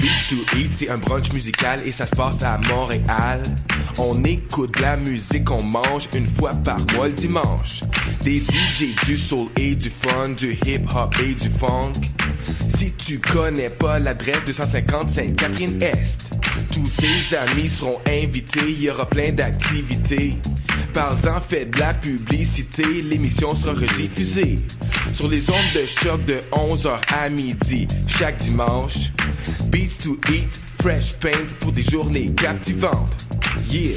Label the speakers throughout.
Speaker 1: Beats to Eat, c'est un brunch musical et ça se passe à Montréal. On écoute de la musique, on mange une fois par mois le dimanche. Des DJ du soul et du fun, du hip hop et du funk. Si tu connais pas l'adresse 250 Sainte-Catherine-Est, tous tes amis seront invités, il y aura plein d'activités. Parle-en, fais de la publicité, l'émission sera rediffusée. Sur les ondes de choc de 11h à midi, chaque dimanche. Beats to eat, fresh paint pour des journées captivantes. Yeah!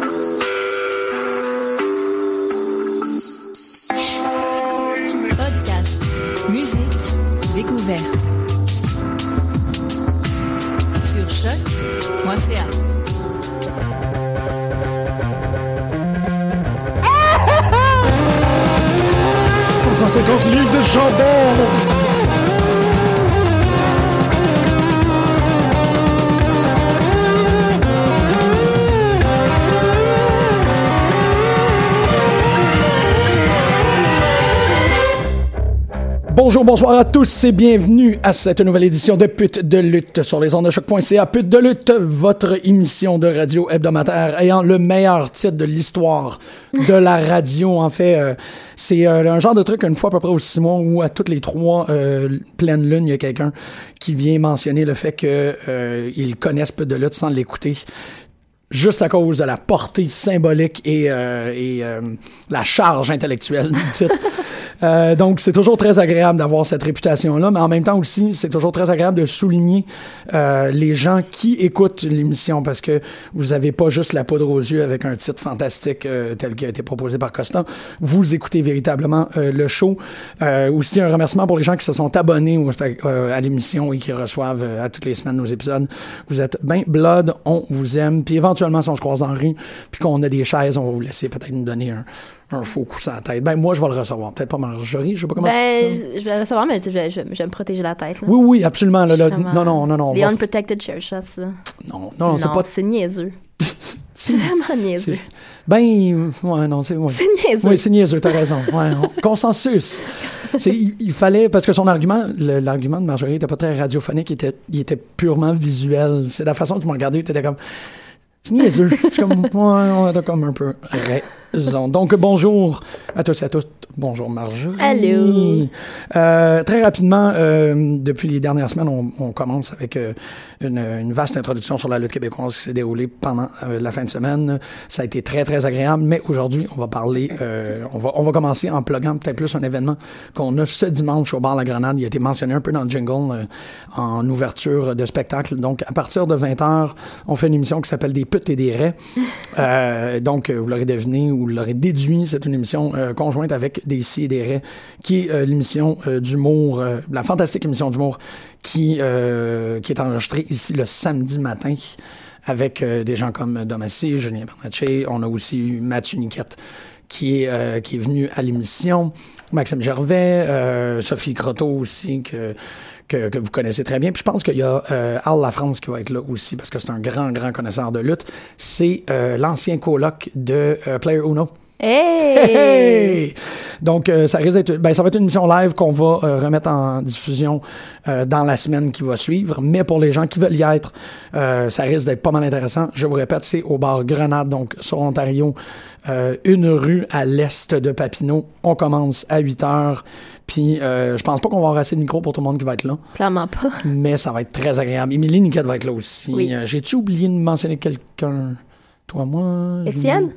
Speaker 2: Podcast, musique, découverte. Sur choc.ca.
Speaker 3: livres de charbon. Bonjour, bonsoir à tous et bienvenue à cette nouvelle édition de Pute de lutte sur les ondes de choc.ca. Pute de lutte, votre émission de radio hebdomadaire ayant le meilleur titre de l'histoire de la radio. En fait, euh, c'est euh, un genre de truc une fois à peu près aux six mois où à toutes les trois euh, pleines lunes, il y a quelqu'un qui vient mentionner le fait que euh, ils connaissent Pute de lutte sans l'écouter juste à cause de la portée symbolique et, euh, et, euh, la charge intellectuelle du titre. Euh, donc, c'est toujours très agréable d'avoir cette réputation-là, mais en même temps aussi, c'est toujours très agréable de souligner euh, les gens qui écoutent l'émission parce que vous n'avez pas juste la poudre aux yeux avec un titre fantastique euh, tel qu'il a été proposé par Costa. Vous écoutez véritablement euh, le show. Euh, aussi, un remerciement pour les gens qui se sont abonnés au- euh, à l'émission et qui reçoivent euh, à toutes les semaines nos épisodes. Vous êtes bien blood, on vous aime. Puis éventuellement, si on se croise dans la rue, puis qu'on a des chaises, on va vous laisser peut-être nous donner un, un faux coup sur la tête. Ben, moi, je vais le recevoir. Peut-être pas Marjorie, je sais pas comment tu
Speaker 4: Ben,
Speaker 3: dis ça.
Speaker 4: je, je vais le savoir, mais je, je, je, je vais me protéger la tête. Là.
Speaker 3: Oui, oui, absolument. là, là.
Speaker 4: Je suis
Speaker 3: non,
Speaker 4: vraiment-
Speaker 3: non, non, non. on
Speaker 4: Les
Speaker 3: va-
Speaker 4: unprotected share shots, là.
Speaker 3: non, non, c'est pas.
Speaker 4: c'est niaiseux. c'est vraiment niaiseux.
Speaker 3: Ben, ouais, non, c'est. ouais.
Speaker 4: C'est niaiseux.
Speaker 3: Oui, c'est niaiseux, t'as raison. Ouais, on- consensus. C'est- Il, il fallait, parce que son argument, le- l'argument de Marjorie était pas très radiophonique, il était, il était purement visuel. C'est la façon dont tu me regardais, t'étais comme, c'est niaiseux. Je suis comme, ouais, ouais, t'as comme un peu raison. Donc, bonjour à tous et à toutes. Bonjour Marjorie.
Speaker 4: Allô.
Speaker 3: Euh, très rapidement, euh, depuis les dernières semaines, on, on commence avec euh, une, une vaste introduction sur la lutte québécoise qui s'est déroulée pendant euh, la fin de semaine. Ça a été très, très agréable, mais aujourd'hui, on va parler, euh, on, va, on va commencer en pluguant peut-être plus un événement qu'on a ce dimanche au bar La Grenade. Il a été mentionné un peu dans le jingle euh, en ouverture de spectacle. Donc, à partir de 20h, on fait une émission qui s'appelle Des putes et des raies. Euh, donc, euh, vous l'aurez deviné ou vous l'aurez déduit, c'est une émission euh, conjointe avec Des si et des raies, qui est euh, l'émission euh, d'humour, euh, la fantastique émission d'humour qui, euh, qui est enregistrée ici le samedi matin avec euh, des gens comme Domassy, Julien Bernatchez. On a aussi eu Mathieu Niquette qui est, euh, qui est venu à l'émission, Maxime Gervais, euh, Sophie Croteau aussi, que, que, que vous connaissez très bien. Puis je pense qu'il y a euh, Al Lafrance qui va être là aussi, parce que c'est un grand, grand connaisseur de lutte. C'est euh, l'ancien coloc de euh, Player Uno.
Speaker 4: Hey!
Speaker 3: Hey! Donc, euh, ça risque d'être- ben, ça va être une émission live qu'on va euh, remettre en diffusion euh, dans la semaine qui va suivre. Mais pour les gens qui veulent y être, euh, ça risque d'être pas mal intéressant. Je vous répète, c'est au bar Grenade, donc sur Ontario, euh, une rue à l'est de Papineau. On commence à 8 heures. Puis, euh, je pense pas qu'on va avoir assez de micro pour tout le monde qui va être là,
Speaker 4: Clairement pas.
Speaker 3: mais ça va être très agréable. Émilie Niquette va être là aussi.
Speaker 4: Oui.
Speaker 3: Euh, J'ai-tu oublié de mentionner quelqu'un? Toi, moi? Julie?
Speaker 4: Étienne?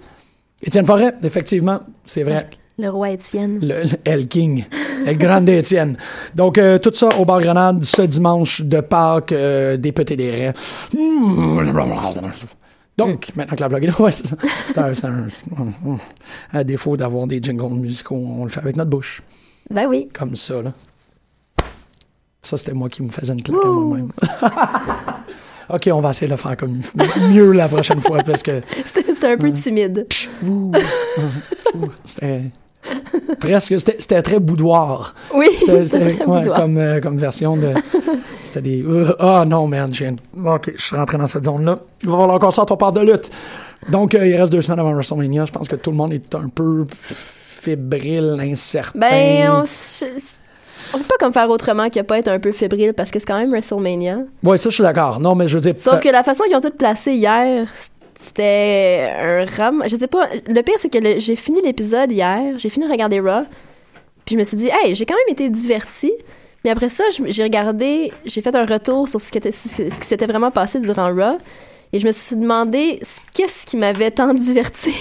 Speaker 3: Étienne Forêt, effectivement, c'est vrai.
Speaker 4: Le roi Étienne.
Speaker 3: Le, le- El King, El Grande Étienne. Donc, euh, tout ça au Bar Grenade ce dimanche de Pâques, euh, des petits des raies. Donc, maintenant que la blague est là, ouais, c'est ça. C'est un- c'est un- à défaut d'avoir des jingles musicaux, on le fait avec notre bouche,
Speaker 4: Ben oui.
Speaker 3: comme ça. Là. Ça, c'était moi qui me faisais une claque à
Speaker 4: Ouh.
Speaker 3: moi-même. OK, on va essayer de le faire comme mieux la prochaine fois, parce que
Speaker 4: C'était c'était un peu timide.
Speaker 3: c'était presque... c'était- C'était très boudoir.
Speaker 4: Oui,
Speaker 3: C'était-
Speaker 4: c'était très
Speaker 3: ouais,
Speaker 4: boudoir.
Speaker 3: comme, euh, comme version de. C'était des. Ah non, man, j'ai. Ok, je suis rentré dans cette zone-là. Il va falloir qu'on sorte, on part de lutte. Donc, euh, il reste deux semaines avant WrestleMania. Je pense que tout le monde est un peu fébrile, incertain.
Speaker 4: Ben, on, s- s- on peut pas comme faire autrement que pas être un peu fébrile parce que c'est quand même WrestleMania.
Speaker 3: Ouais, ça, je suis d'accord. Non, mais je veux dire.
Speaker 4: Sauf
Speaker 3: euh,
Speaker 4: que la façon qu'ils ont tout placé hier, c'était un ram. Je sais pas. Le pire, c'est que le- j'ai fini l'épisode hier, j'ai fini de regarder Raw, puis je me suis dit, hey, j'ai quand même été divertie. Mais après ça, je- j'ai regardé, j'ai fait un retour sur ce qui était- ce qui ce qui s'était vraiment passé durant Raw, et je me suis demandé c- qu'est-ce qui m'avait tant diverti.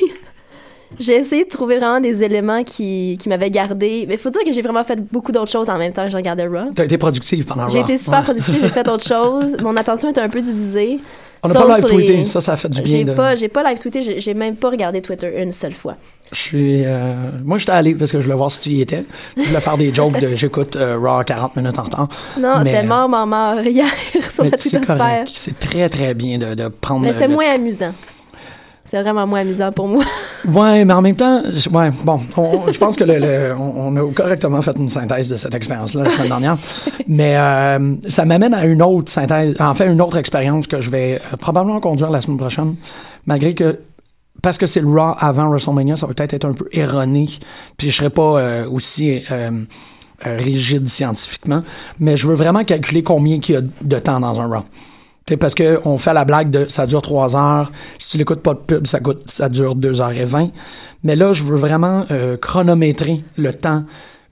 Speaker 4: J'ai essayé de trouver vraiment des éléments qui, qui m'avaient gardé. Mais faut dire que j'ai vraiment fait beaucoup d'autres choses en même temps que je regardais Raw.
Speaker 3: T'as été productive pendant
Speaker 4: J'ai
Speaker 3: Raw.
Speaker 4: été super
Speaker 3: Ouais.
Speaker 4: productive, j'ai fait autre chose. Mon attention était un peu divisée.
Speaker 3: On n'a
Speaker 4: Sauf
Speaker 3: pas live
Speaker 4: sur
Speaker 3: tweeté.
Speaker 4: les-
Speaker 3: Ça, ça a fait du bien.
Speaker 4: J'ai
Speaker 3: de-
Speaker 4: pas, j'ai pas live tweeté, j'ai- j'ai même pas regardé Twitter une seule fois.
Speaker 3: Je suis. euh, Moi, j'étais allé parce que je voulais voir si tu y étais. Je voulais faire des jokes de j'écoute euh, Raw 40 minutes en temps.
Speaker 4: Non,
Speaker 3: Mais-
Speaker 4: c'était mort, mort, mort hier sur
Speaker 3: Mais
Speaker 4: la
Speaker 3: c'est
Speaker 4: Twittosphère.
Speaker 3: correct. C'est très, très bien de, de prendre.
Speaker 4: Mais c'était
Speaker 3: le-
Speaker 4: moins amusant. C'est vraiment moins amusant pour moi.
Speaker 3: Ouais, mais en même temps, je- ouais, bon, on- je pense que le, le- on, on a correctement fait une synthèse de cette expérience-là la semaine dernière. Mais euh, ça m'amène à une autre synthèse, en fait, une autre expérience que je vais euh, probablement conduire la semaine prochaine, malgré que parce que c'est le Raw avant WrestleMania, ça va peut-être être un peu erroné, puis je serai pas euh, aussi euh, euh, rigide scientifiquement, mais je veux vraiment calculer combien il y a de temps dans un Raw. Tu sais, parce que on fait la blague de ça dure 3 heures. Si tu l'écoutes pas de pub, ça, coûte, ça dure 2h20. Mais là, je veux vraiment euh, chronométrer le temps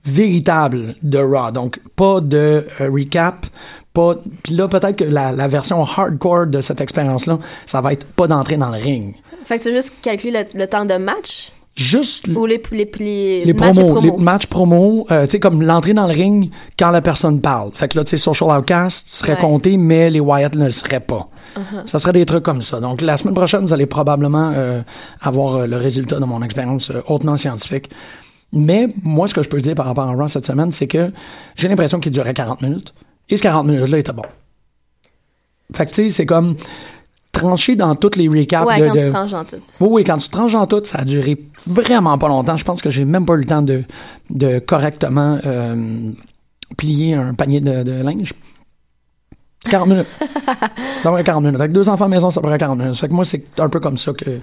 Speaker 3: véritable de Raw. Donc, pas de euh, recap. Pas... Puis là, peut-être que la, la version hardcore de cette expérience-là, ça va être pas d'entrée dans le ring.
Speaker 4: Fait que tu veux juste calculer le, le temps de match
Speaker 3: Juste
Speaker 4: ou les, les, les,
Speaker 3: les
Speaker 4: matchs et
Speaker 3: promos,
Speaker 4: promos.
Speaker 3: les matchs promos, euh, tu sais, comme l'entrée dans le ring quand la personne parle. Fait que là, tu sais, Social Outcast serait
Speaker 4: Ouais. Uh-huh.
Speaker 3: compté, mais les Wyatt ne le seraient pas. Ça serait des trucs comme ça. Donc, la semaine prochaine, vous allez probablement euh, avoir euh, le résultat de mon expérience euh, hautement scientifique. Mais moi, ce que je peux dire par rapport à Raw cette semaine, c'est que j'ai l'impression qu'il durait 40 minutes. Et ce 40 minutes-là était bon. Fait que, tu sais, c'est comme tranché dans toutes les recaps
Speaker 4: ouais,
Speaker 3: de-
Speaker 4: quand
Speaker 3: de,
Speaker 4: tu te ranges en tout.
Speaker 3: oui, oui, quand tu te ranges en tout, ça a duré vraiment pas longtemps. Je pense que j'ai même pas eu le temps de, de correctement euh, plier un panier de, de linge. 40 minutes. ça prend 40 minutes. Avec deux enfants à la maison, ça prend 40 minutes. Fait que moi, c'est un peu comme ça que,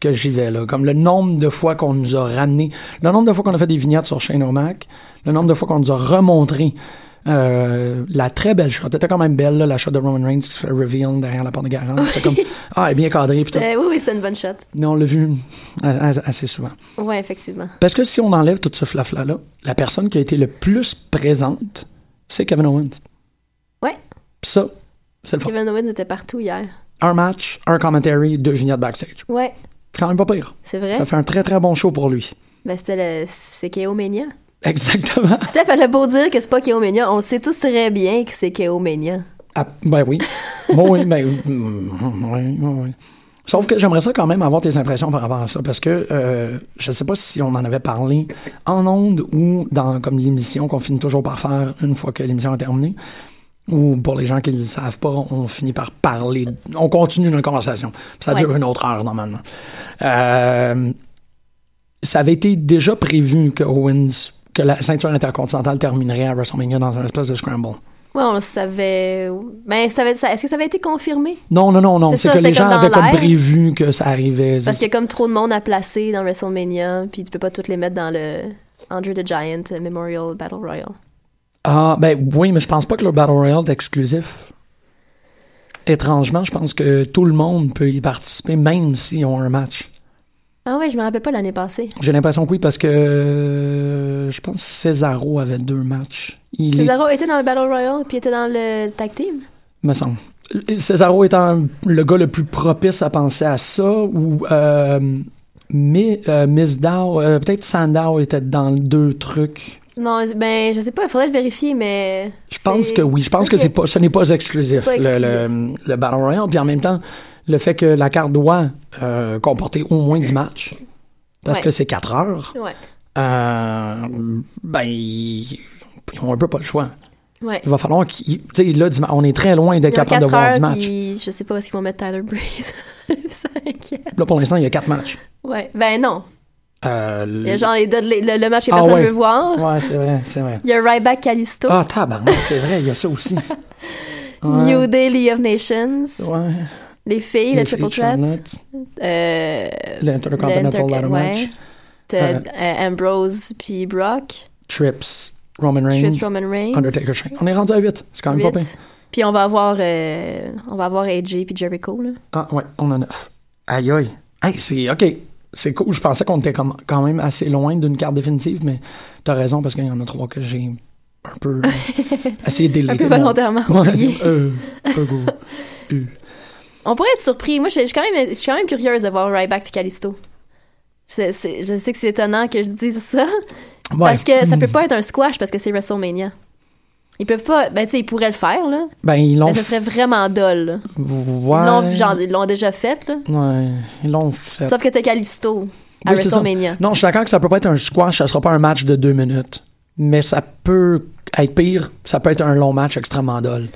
Speaker 3: que j'y vais. Là. Comme le nombre de fois qu'on nous a ramené, le nombre de fois qu'on a fait des vignettes sur Shane O'Mac, le nombre de fois qu'on nous a remontré euh, la très belle shot. Elle était quand même belle, là, la shot de Roman Reigns qui se fait reveal derrière la porte de garage. C'était comme, ah, elle est bien cadrée. puis tout.
Speaker 4: Euh, oui, oui, c'est une bonne shot.
Speaker 3: Non, on l'a vu a- a- assez souvent.
Speaker 4: Ouais, effectivement.
Speaker 3: Parce que si on enlève tout ce flafla-là, la personne qui a été le plus présente, c'est Kevin Owens.
Speaker 4: Ouais,
Speaker 3: Puis ça, c'est le fun.
Speaker 4: Kevin Owens était partout hier.
Speaker 3: Un match, un commentary, deux vignettes backstage.
Speaker 4: Ouais,
Speaker 3: C'est quand même pas pire.
Speaker 4: c'est vrai.
Speaker 3: Ça fait un très très bon show pour lui.
Speaker 4: Ben, c'était le. C'est KO Mania.
Speaker 3: Exactement.
Speaker 4: Steph, elle a beau dire que c'est pas KO Mania, on sait tous très bien que c'est KO Mania.
Speaker 3: Ah, ben oui. Bon, oui, ben mm, oui, oui, oui. Sauf que j'aimerais ça quand même avoir tes impressions par rapport à ça, parce que euh, je ne sais pas si on en avait parlé en ondes ou dans comme l'émission qu'on finit toujours par faire une fois que l'émission est terminée, ou pour les gens qui ne le savent pas, on finit par parler, on continue notre conversation. Ça dure
Speaker 4: Ouais.
Speaker 3: une autre heure normalement. Euh, ça avait été déjà prévu que Owens, que la ceinture intercontinentale terminerait à WrestleMania dans un espèce de scramble.
Speaker 4: Ouais, on le savait. Ben, ça avait- ça- est-ce que ça avait été confirmé?
Speaker 3: Non, non, non, non.
Speaker 4: C'est
Speaker 3: C'est
Speaker 4: ça,
Speaker 3: que
Speaker 4: c'est
Speaker 3: les gens
Speaker 4: comme dans
Speaker 3: avaient comme
Speaker 4: l'air.
Speaker 3: prévu que ça arrivait.
Speaker 4: Parce qu'il y a comme trop de monde à placer dans WrestleMania, puis tu peux pas toutes les mettre dans le Andrew the Giant Memorial Battle Royal.
Speaker 3: Ah, ben oui, mais je pense pas que le Battle Royale est exclusif. Étrangement, je pense que tout le monde peut y participer, même s'ils ont un match.
Speaker 4: Ah ouais, je me rappelle pas l'année passée.
Speaker 3: J'ai l'impression que oui, parce que euh, je pense que Cesaro avait deux matchs. Il est-
Speaker 4: Cesaro était dans le Battle Royal, puis était dans le tag team.
Speaker 3: me semble. Cesaro étant le gars le plus propice à penser à ça, ou euh, Mi- euh, Miss Dow, euh, peut-être Sandow était dans le deux trucs.
Speaker 4: Non, ben, je sais pas, il faudrait le vérifier, mais.
Speaker 3: Je pense
Speaker 4: c'est-
Speaker 3: que oui. Je pense que
Speaker 4: Ok.
Speaker 3: c'est pas, ce n'est pas exclusif,
Speaker 4: C'est pas
Speaker 3: le- Le, le Battle Royale. Puis en même temps, le fait que la carte doit euh, comporter au moins 10 matchs, parce
Speaker 4: Ouais.
Speaker 3: que c'est 4 heures,
Speaker 4: Ouais.
Speaker 3: euh, ben, ils n'ont un peu pas le choix.
Speaker 4: Ouais.
Speaker 3: Il va falloir qu'ils. Tu sais, là, 10 ma- on est très loin d'être
Speaker 4: Ils ont
Speaker 3: capable de
Speaker 4: quatre
Speaker 3: voir 10
Speaker 4: heures,
Speaker 3: matchs.
Speaker 4: puis je sais pas où est-ce qu'ils vont mettre Tyler Breeze. ça inquiète.
Speaker 3: Là, pour l'instant, il y a 4 matchs.
Speaker 4: Ouais. Ben non.
Speaker 3: Euh,
Speaker 4: Il y a genre les Dudley- le, le match que
Speaker 3: Ah
Speaker 4: personne
Speaker 3: ouais.
Speaker 4: veut voir.
Speaker 3: Ouais, c'est vrai, c'est vrai.
Speaker 4: Il y a Ryback Callisto,
Speaker 3: Ah, tabarnak, c'est vrai, il y a ça aussi.
Speaker 4: New Day, League of Nations,
Speaker 3: Ouais.
Speaker 4: les filles, le Triple Threat,
Speaker 3: Charlotte,
Speaker 4: euh,
Speaker 3: L'Intercontinental
Speaker 4: l'Inter-
Speaker 3: Ladder
Speaker 4: ouais.
Speaker 3: Match.
Speaker 4: T'as,
Speaker 3: Euh,
Speaker 4: euh, Ambrose puis Brock,
Speaker 3: Trips, Roman Reigns,
Speaker 4: Trips Roman Reigns,
Speaker 3: Undertaker Shane. On est rendu à 8. C'est quand même pas
Speaker 4: Huit.
Speaker 3: pire.
Speaker 4: Puis on va avoir euh, on va avoir AJ puis Jericho là.
Speaker 3: Ah, ouais, on a 9. Aïe, aïe. Hey, c'est OK. C'est cool. Je pensais qu'on était comme, quand même assez loin d'une carte définitive, mais t'as raison parce qu'il y en a trois que j'ai un peu euh, essayé de
Speaker 4: Un
Speaker 3: délater
Speaker 4: peu
Speaker 3: mon-
Speaker 4: volontairement. oublié.
Speaker 3: Ouais, euh, euh, go. Euh.
Speaker 4: On pourrait être surpris. Moi, je je suis quand même, je suis quand même curieuse de voir Ryback puis Callisto. C'est- c'est- je sais que c'est étonnant que je dise ça,
Speaker 3: Ouais.
Speaker 4: parce que ça peut pas être un squash parce que c'est WrestleMania. Ils peuvent pas. Ben, tu sais, ils pourraient le faire, là.
Speaker 3: Ben, ils l'ont
Speaker 4: Mais ça serait vraiment dol, là. Ils l'ont,
Speaker 3: Ouais.
Speaker 4: genre, ils l'ont déjà fait, là.
Speaker 3: Ouais, ils l'ont fait.
Speaker 4: Sauf que t'as Callisto à
Speaker 3: Oui, Ben, c'est ça.
Speaker 4: WrestleMania.
Speaker 3: Non, je suis d'accord que ça peut pas être un squash, ça sera pas un match de deux minutes. Mais ça peut être pire, ça peut être un long match extrêmement dole.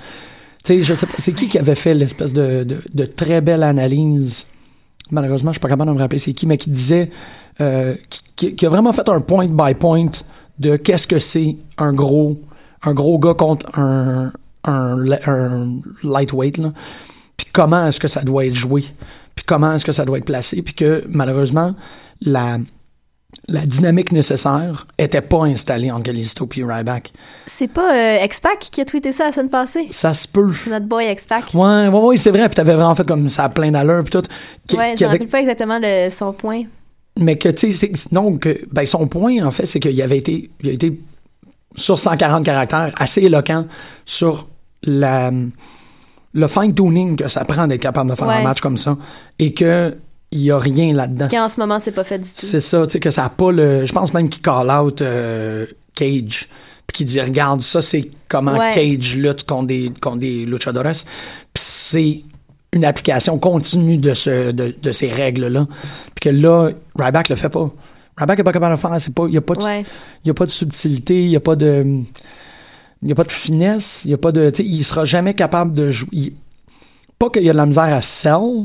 Speaker 3: Tu sais, je sais pas, c'est qui qui avait fait l'espèce de, de, de très belle analyse, malheureusement, je suis pas capable de me rappeler c'est qui, mais qui disait, euh, qui- qui, qui a vraiment fait un point by point de qu'est-ce que c'est un gros, un gros gars contre un, un, li- un lightweight, là. Puis comment est-ce que ça doit être joué, puis comment est-ce que ça doit être placé, puis que malheureusement, la, la dynamique nécessaire était pas installée entre Galisto et Ryback.
Speaker 4: C'est pas euh, X-Pac qui a tweeté ça la semaine passée?
Speaker 3: Ça se peut.
Speaker 4: C'est notre boy X-Pac.
Speaker 3: Ouais, ouais, ouais, c'est vrai. Puis t'avais vraiment fait comme ça à plein d'allure, puis tout. Qui-
Speaker 4: ouais,
Speaker 3: qui
Speaker 4: je me
Speaker 3: avait-
Speaker 4: rappelle pas exactement le, son point.
Speaker 3: Mais que, tu sais, c'est- non, que, ben, son point, en fait, c'est qu'il avait été, il a été sur 140 caractères, assez éloquent sur la, le fine-tuning que ça prend d'être capable de faire un
Speaker 4: Ouais.
Speaker 3: match comme ça. Et que, il y a rien là-dedans.
Speaker 4: Qu'en ce moment, c'est pas fait du tout.
Speaker 3: C'est ça, tu sais, que ça a pas le. Je pense même qu'il call out euh, Cage. Puis qu'il dit, regarde, ça, c'est comment
Speaker 4: Ouais.
Speaker 3: Cage lutte contre des, contre des luchadores. Puis c'est une application continue de, ce, de, de ces règles-là. Puis que là, Ryback le fait pas. Ryback est pas capable de le faire. c'est pas- Il n'y a, pas de-
Speaker 4: Ouais.
Speaker 3: il y a pas de subtilité, il n'y a pas de. Il n'y a pas de finesse, il n'y a pas de. Tu sais, il sera jamais capable de jouer. il- Pas qu'il y a de la misère à sell.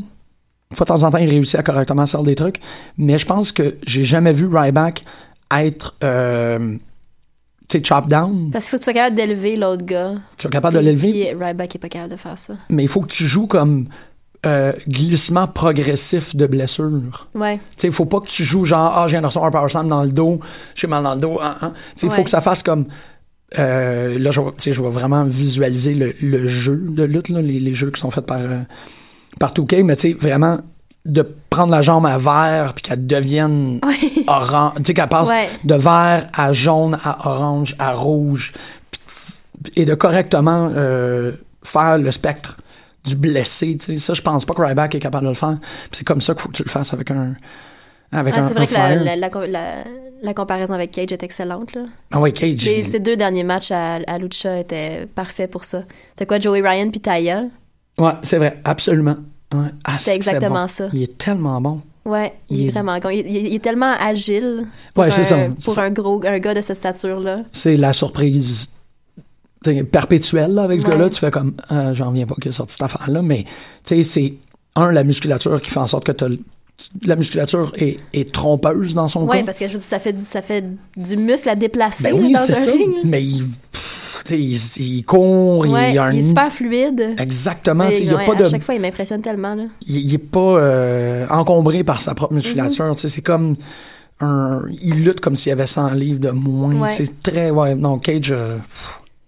Speaker 3: Une fois de temps en temps, il réussit à correctement sell des trucs. Mais je pense que j'ai jamais vu Ryback être. euh, tu sais, chop down.
Speaker 4: Parce qu'il faut que tu sois capable d'élever l'autre gars.
Speaker 3: Tu es capable Ah, de
Speaker 4: Puis-
Speaker 3: l'élever,
Speaker 4: Puis euh, Ryback est pas capable de faire ça.
Speaker 3: mais il faut que tu joues comme euh, glissement progressif de blessure.
Speaker 4: Ouais.
Speaker 3: Tu sais, faut pas que tu joues genre, ah, j'ai un ressort, un power slam dans le dos, j'ai mal dans le dos, ah, ah. Tu sais, faut
Speaker 4: Ouais.
Speaker 3: que ça fasse comme. euh, là, je vais, tu sais, je vais vraiment visualiser le, le jeu de lutte, là, les, les jeux qui sont faits par, euh, par 2K, mais tu sais, vraiment de prendre la jambe à vert puis qu'elle devienne
Speaker 4: Ouais.
Speaker 3: orange, tu sais, qu'elle passe
Speaker 4: Ouais.
Speaker 3: de vert à jaune, à orange, à rouge, puis- et de correctement euh, faire le spectre du blessé, tu sais. Ça, je pense pas que Ryback est capable de le faire. Puis c'est comme ça qu'il faut que tu le fasses avec un... hein, Avec
Speaker 4: Ah,
Speaker 3: un,
Speaker 4: c'est vrai
Speaker 3: un
Speaker 4: que la,
Speaker 3: flyer.
Speaker 4: la, la, la- la comparaison avec Cage est excellente. Là.
Speaker 3: Ah ouais, Cage.
Speaker 4: Les-
Speaker 3: il-
Speaker 4: ces deux derniers matchs à, à Lucha étaient parfaits pour ça. C'est quoi, Joey Ryan puis Taya?
Speaker 3: Ouais, c'est vrai, absolument. Ouais. Ah,
Speaker 4: C'est
Speaker 3: que
Speaker 4: exactement
Speaker 3: bon.
Speaker 4: ça.
Speaker 3: Il est tellement bon.
Speaker 4: Ouais, il,
Speaker 3: Il est-
Speaker 4: est vraiment con. Il, il- il est tellement agile pour,
Speaker 3: Ouais, c'est
Speaker 4: un,
Speaker 3: ça.
Speaker 4: pour un gros un gars de cette stature-là.
Speaker 3: C'est la surprise tu sais, perpétuelle là, avec ce
Speaker 4: Ouais.
Speaker 3: gars-là. Tu fais comme, euh, j'en reviens pas qu'il a sorti cette affaire-là, mais tu sais, c'est, un, la musculature qui fait en sorte que t'as le- la musculature est, est trompeuse dans son
Speaker 4: Ouais,
Speaker 3: corps.
Speaker 4: parce que je veux dire, ça fait du, ça fait du muscle à déplacer
Speaker 3: Ben
Speaker 4: là,
Speaker 3: oui,
Speaker 4: dans
Speaker 3: c'est
Speaker 4: un
Speaker 3: ça.
Speaker 4: ring. là.
Speaker 3: Mais il- pff, tu sais, il, il court,
Speaker 4: Ouais,
Speaker 3: il y a un.
Speaker 4: il est super fluide.
Speaker 3: Exactement, tu
Speaker 4: Mais
Speaker 3: sais, il n'y a
Speaker 4: ouais,
Speaker 3: pas
Speaker 4: À
Speaker 3: de
Speaker 4: chaque fois, il m'impressionne tellement. Là.
Speaker 3: il, il est pas euh, encombré par sa
Speaker 4: Mm-hmm.
Speaker 3: propre musculature. Tu sais, c'est comme un. Il lutte comme s'il avait 100 livres de moins.
Speaker 4: Ouais.
Speaker 3: C'est très. Ouais, non, Cage. euh,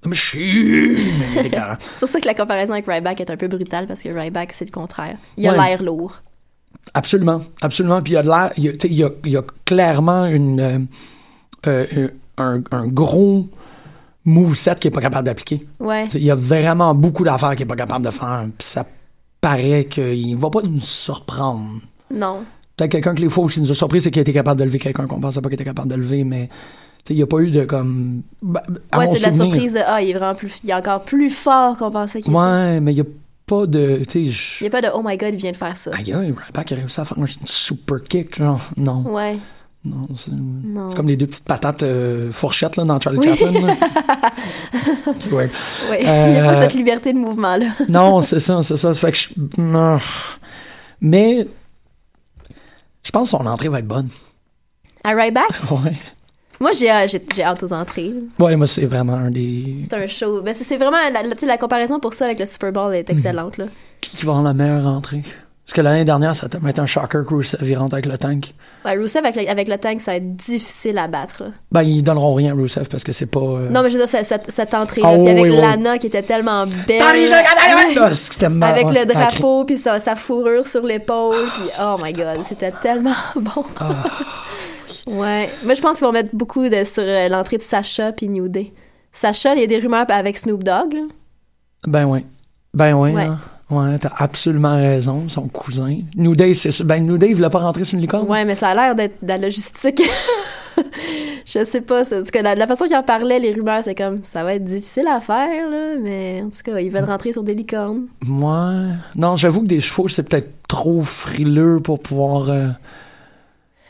Speaker 3: the machine! Il est écœurant.
Speaker 4: C'est pour ça que la comparaison avec Ryback est un peu brutale parce que Ryback, c'est le contraire. Il a
Speaker 3: Ouais.
Speaker 4: l'air lourd.
Speaker 3: absolument, absolument. Puis il y a de l'air. Il y a, tu sais, il y a, il y a clairement une, euh, euh, un, un gros moveset qu'il n'est pas capable d'appliquer.
Speaker 4: Ouais.
Speaker 3: Il y a vraiment beaucoup d'affaires qu'il n'est pas capable de faire. Puis ça paraît qu'il va pas nous surprendre.
Speaker 4: Non.
Speaker 3: Peut-être quelqu'un que les fois qui nous a surpris, c'est qu'il a été capable de lever quelqu'un qu'on pensait pas qu'il était capable de lever, mais tu sais, il n'y a pas eu de comme. ben, à
Speaker 4: ouais,
Speaker 3: mon
Speaker 4: c'est de la
Speaker 3: souvenir.
Speaker 4: surprise de Ah, il est vraiment plus. Il est encore plus fort qu'on pensait qu'il était.
Speaker 3: Ouais, mais il n'y a pas de. Tu sais,
Speaker 4: Il
Speaker 3: je-
Speaker 4: n'y a pas de Oh my god, il vient de faire ça.
Speaker 3: Aïe, aïe, Ryback a réussi à faire un super kick, genre. Non,
Speaker 4: Ouais.
Speaker 3: non. C'est
Speaker 4: Non.
Speaker 3: c'est comme les deux petites patates euh, fourchettes, là, dans Charlie Chaplin. là. Ouais.
Speaker 4: Ouais. il n'y a
Speaker 3: Euh,
Speaker 4: pas cette liberté de mouvement, là.
Speaker 3: Non, c'est ça, c'est ça. Ça fait que je. non. Mais. Je pense que son entrée va être bonne.
Speaker 4: À Ryback,
Speaker 3: Ouais.
Speaker 4: moi, j'ai euh, j'ai- j'ai hâte aux entrées. là.
Speaker 3: Ouais, moi, c'est vraiment un des.
Speaker 4: C'est un show. Ben, c'est c'est vraiment. La, la- tu sais, la comparaison pour ça avec le Super Bowl
Speaker 3: Mhm.
Speaker 4: est excellente, là.
Speaker 3: Qui qui va avoir la meilleure entrée? Parce que l'année dernière, ça va être un shocker cruise virante avec le tank.
Speaker 4: Ouais, Rusev avec le, avec le tank, ça va être difficile à battre, là.
Speaker 3: Ben, ils donneront rien à Rusev parce que c'est pas. euh,
Speaker 4: Non, mais je veux dire, cette, cette- cette entrée-là,
Speaker 3: Ah,
Speaker 4: puis
Speaker 3: oui,
Speaker 4: avec
Speaker 3: oui, oui.
Speaker 4: Lana qui était tellement belle.
Speaker 3: T'as les gens qui allaient avec
Speaker 4: Ouais.
Speaker 3: là! C'est que c'était mal,
Speaker 4: Avec
Speaker 3: ouais.
Speaker 4: le drapeau, puis sa, sa fourrure sur l'épaule,
Speaker 3: Ah,
Speaker 4: puis oh my god, c'était tellement bon. ouais. Moi, je pense qu'ils vont mettre beaucoup de, sur euh, l'entrée de Sacha puis New Day. Sacha, il y a des rumeurs avec Snoop Dogg, là.
Speaker 3: Ben oui. Ben oui.
Speaker 4: Ouais.
Speaker 3: hein. Ouais, t'as absolument raison, son cousin. New Day, c'est ça. Ben, New Day, il voulait pas rentrer sur une licorne.
Speaker 4: Ouais, mais ça a l'air d'être de la logistique. je sais pas. c'est- En tout cas, la, la façon qu'il en parlait, les rumeurs, c'est comme ça va être difficile à faire, là, mais en tout cas, ils veulent rentrer sur des licornes.
Speaker 3: Moi. Non, j'avoue que des chevaux, c'est peut-être trop frileux pour pouvoir. euh,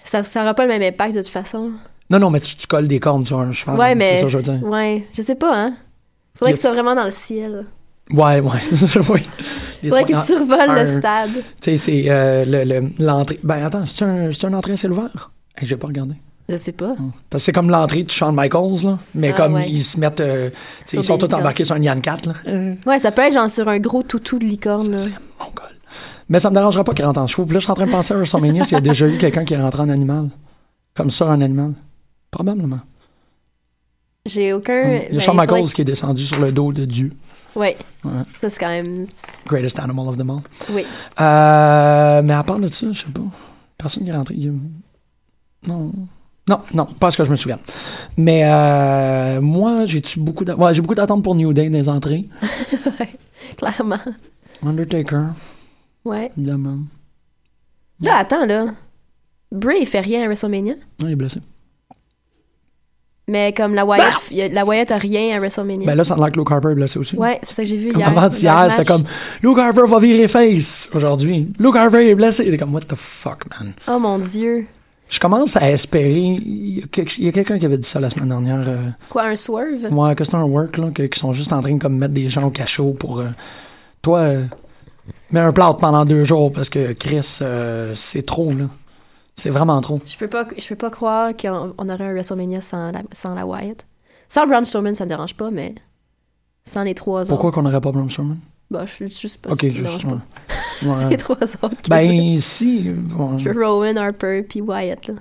Speaker 4: Ça, ça aura pas le même impact de toute façon.
Speaker 3: Non, non, mais tu, tu colles des cornes sur un cheval.
Speaker 4: ouais, mais.
Speaker 3: C'est ça, que je veux dire.
Speaker 4: Ouais, je sais pas, hein. Faudrait
Speaker 3: Il y a-
Speaker 4: qu'il soit vraiment dans le ciel.
Speaker 3: Ouais, ouais. oui. Les
Speaker 4: Faudrait
Speaker 3: trois-
Speaker 4: qu'il
Speaker 3: ah,
Speaker 4: survole
Speaker 3: un-
Speaker 4: le stade.
Speaker 3: Tu sais, c'est euh, le- le- l'entrée. ben, attends, c'est un, c'est un entrée à ciel ouvert? Hey, J'ai pas regardé.
Speaker 4: Je sais pas.
Speaker 3: Parce que c'est comme l'entrée de Shawn Michaels, là. Mais
Speaker 4: Ah,
Speaker 3: comme
Speaker 4: ouais.
Speaker 3: ils se mettent. euh, tu sais, ils sont
Speaker 4: Sur des
Speaker 3: tous
Speaker 4: licornes.
Speaker 3: embarqués sur un Yann 4, là. Euh,
Speaker 4: Ouais, ça peut être genre sur un gros toutou de licorne, là.
Speaker 3: Mongol. Mais ça me dérangerait pas qu'il rentre en chevaux. Puis là, je suis en train de penser à WrestleMania s'il y a déjà eu quelqu'un qui est rentré en animal. Comme ça, un animal. Probablement.
Speaker 4: J'ai aucun.
Speaker 3: Mm. Il y a
Speaker 4: ben,
Speaker 3: Shawn
Speaker 4: faudrait
Speaker 3: Michaels qui est descendu sur le dos de Dieu.
Speaker 4: que- Ouais.
Speaker 3: Ouais.
Speaker 4: Ça, c'est quand même.
Speaker 3: Greatest animal of them all.
Speaker 4: Oui.
Speaker 3: Euh, mais à part de ça, je sais pas. Personne qui est rentré. Il y a- Non. Non, non, pas à ce que je me souviens. Mais euh, moi, j'ai-tu beaucoup d'a- ouais, j'ai beaucoup d'attentes pour New Day des entrées.
Speaker 4: Clairement.
Speaker 3: Undertaker,
Speaker 4: Ouais.
Speaker 3: évidemment.
Speaker 4: Là, attends, là. Bray, il fait rien à WrestleMania.
Speaker 3: Non, il est blessé.
Speaker 4: Mais comme la Wyatt, il y a- la Wyatt a rien à WrestleMania.
Speaker 3: Ben là, ça a l'air que Luke Harper est blessé aussi.
Speaker 4: ouais, c'est ça que j'ai vu
Speaker 3: Comme
Speaker 4: hier.
Speaker 3: avant-hier,
Speaker 4: Dans le
Speaker 3: c'était
Speaker 4: match.
Speaker 3: comme Luke Harper va virer face aujourd'hui. Luke Harper est blessé. T'es comme, what the fuck, man.
Speaker 4: Oh mon Dieu.
Speaker 3: Je commence à espérer. Il y a, quelque- il y a quelqu'un qui avait dit ça la semaine dernière. euh,
Speaker 4: Quoi, un swerve?
Speaker 3: Ouais, que c'est un work, là, que- qui sont juste en train de comme, mettre des gens au cachot pour. euh, toi, euh, mets un plâtre pendant deux jours parce que Chris, euh, c'est trop, là. C'est vraiment trop.
Speaker 4: Je peux pas, je peux pas croire qu'on on aurait un WrestleMania sans la, sans la Wyatt. Sans Braun Strowman, ça me dérange pas, mais sans les trois
Speaker 3: Pourquoi
Speaker 4: autres.
Speaker 3: qu'on n'aurait pas Braun Strowman?
Speaker 4: Bah, je suis juste pas. ça
Speaker 3: Ok,
Speaker 4: me
Speaker 3: juste.
Speaker 4: dérange
Speaker 3: ouais.
Speaker 4: pas.
Speaker 3: Ouais.
Speaker 4: Les trois autres. Je
Speaker 3: Ben, si. bon,
Speaker 4: veux- je veux Rowan, Harper, puis Wyatt, là.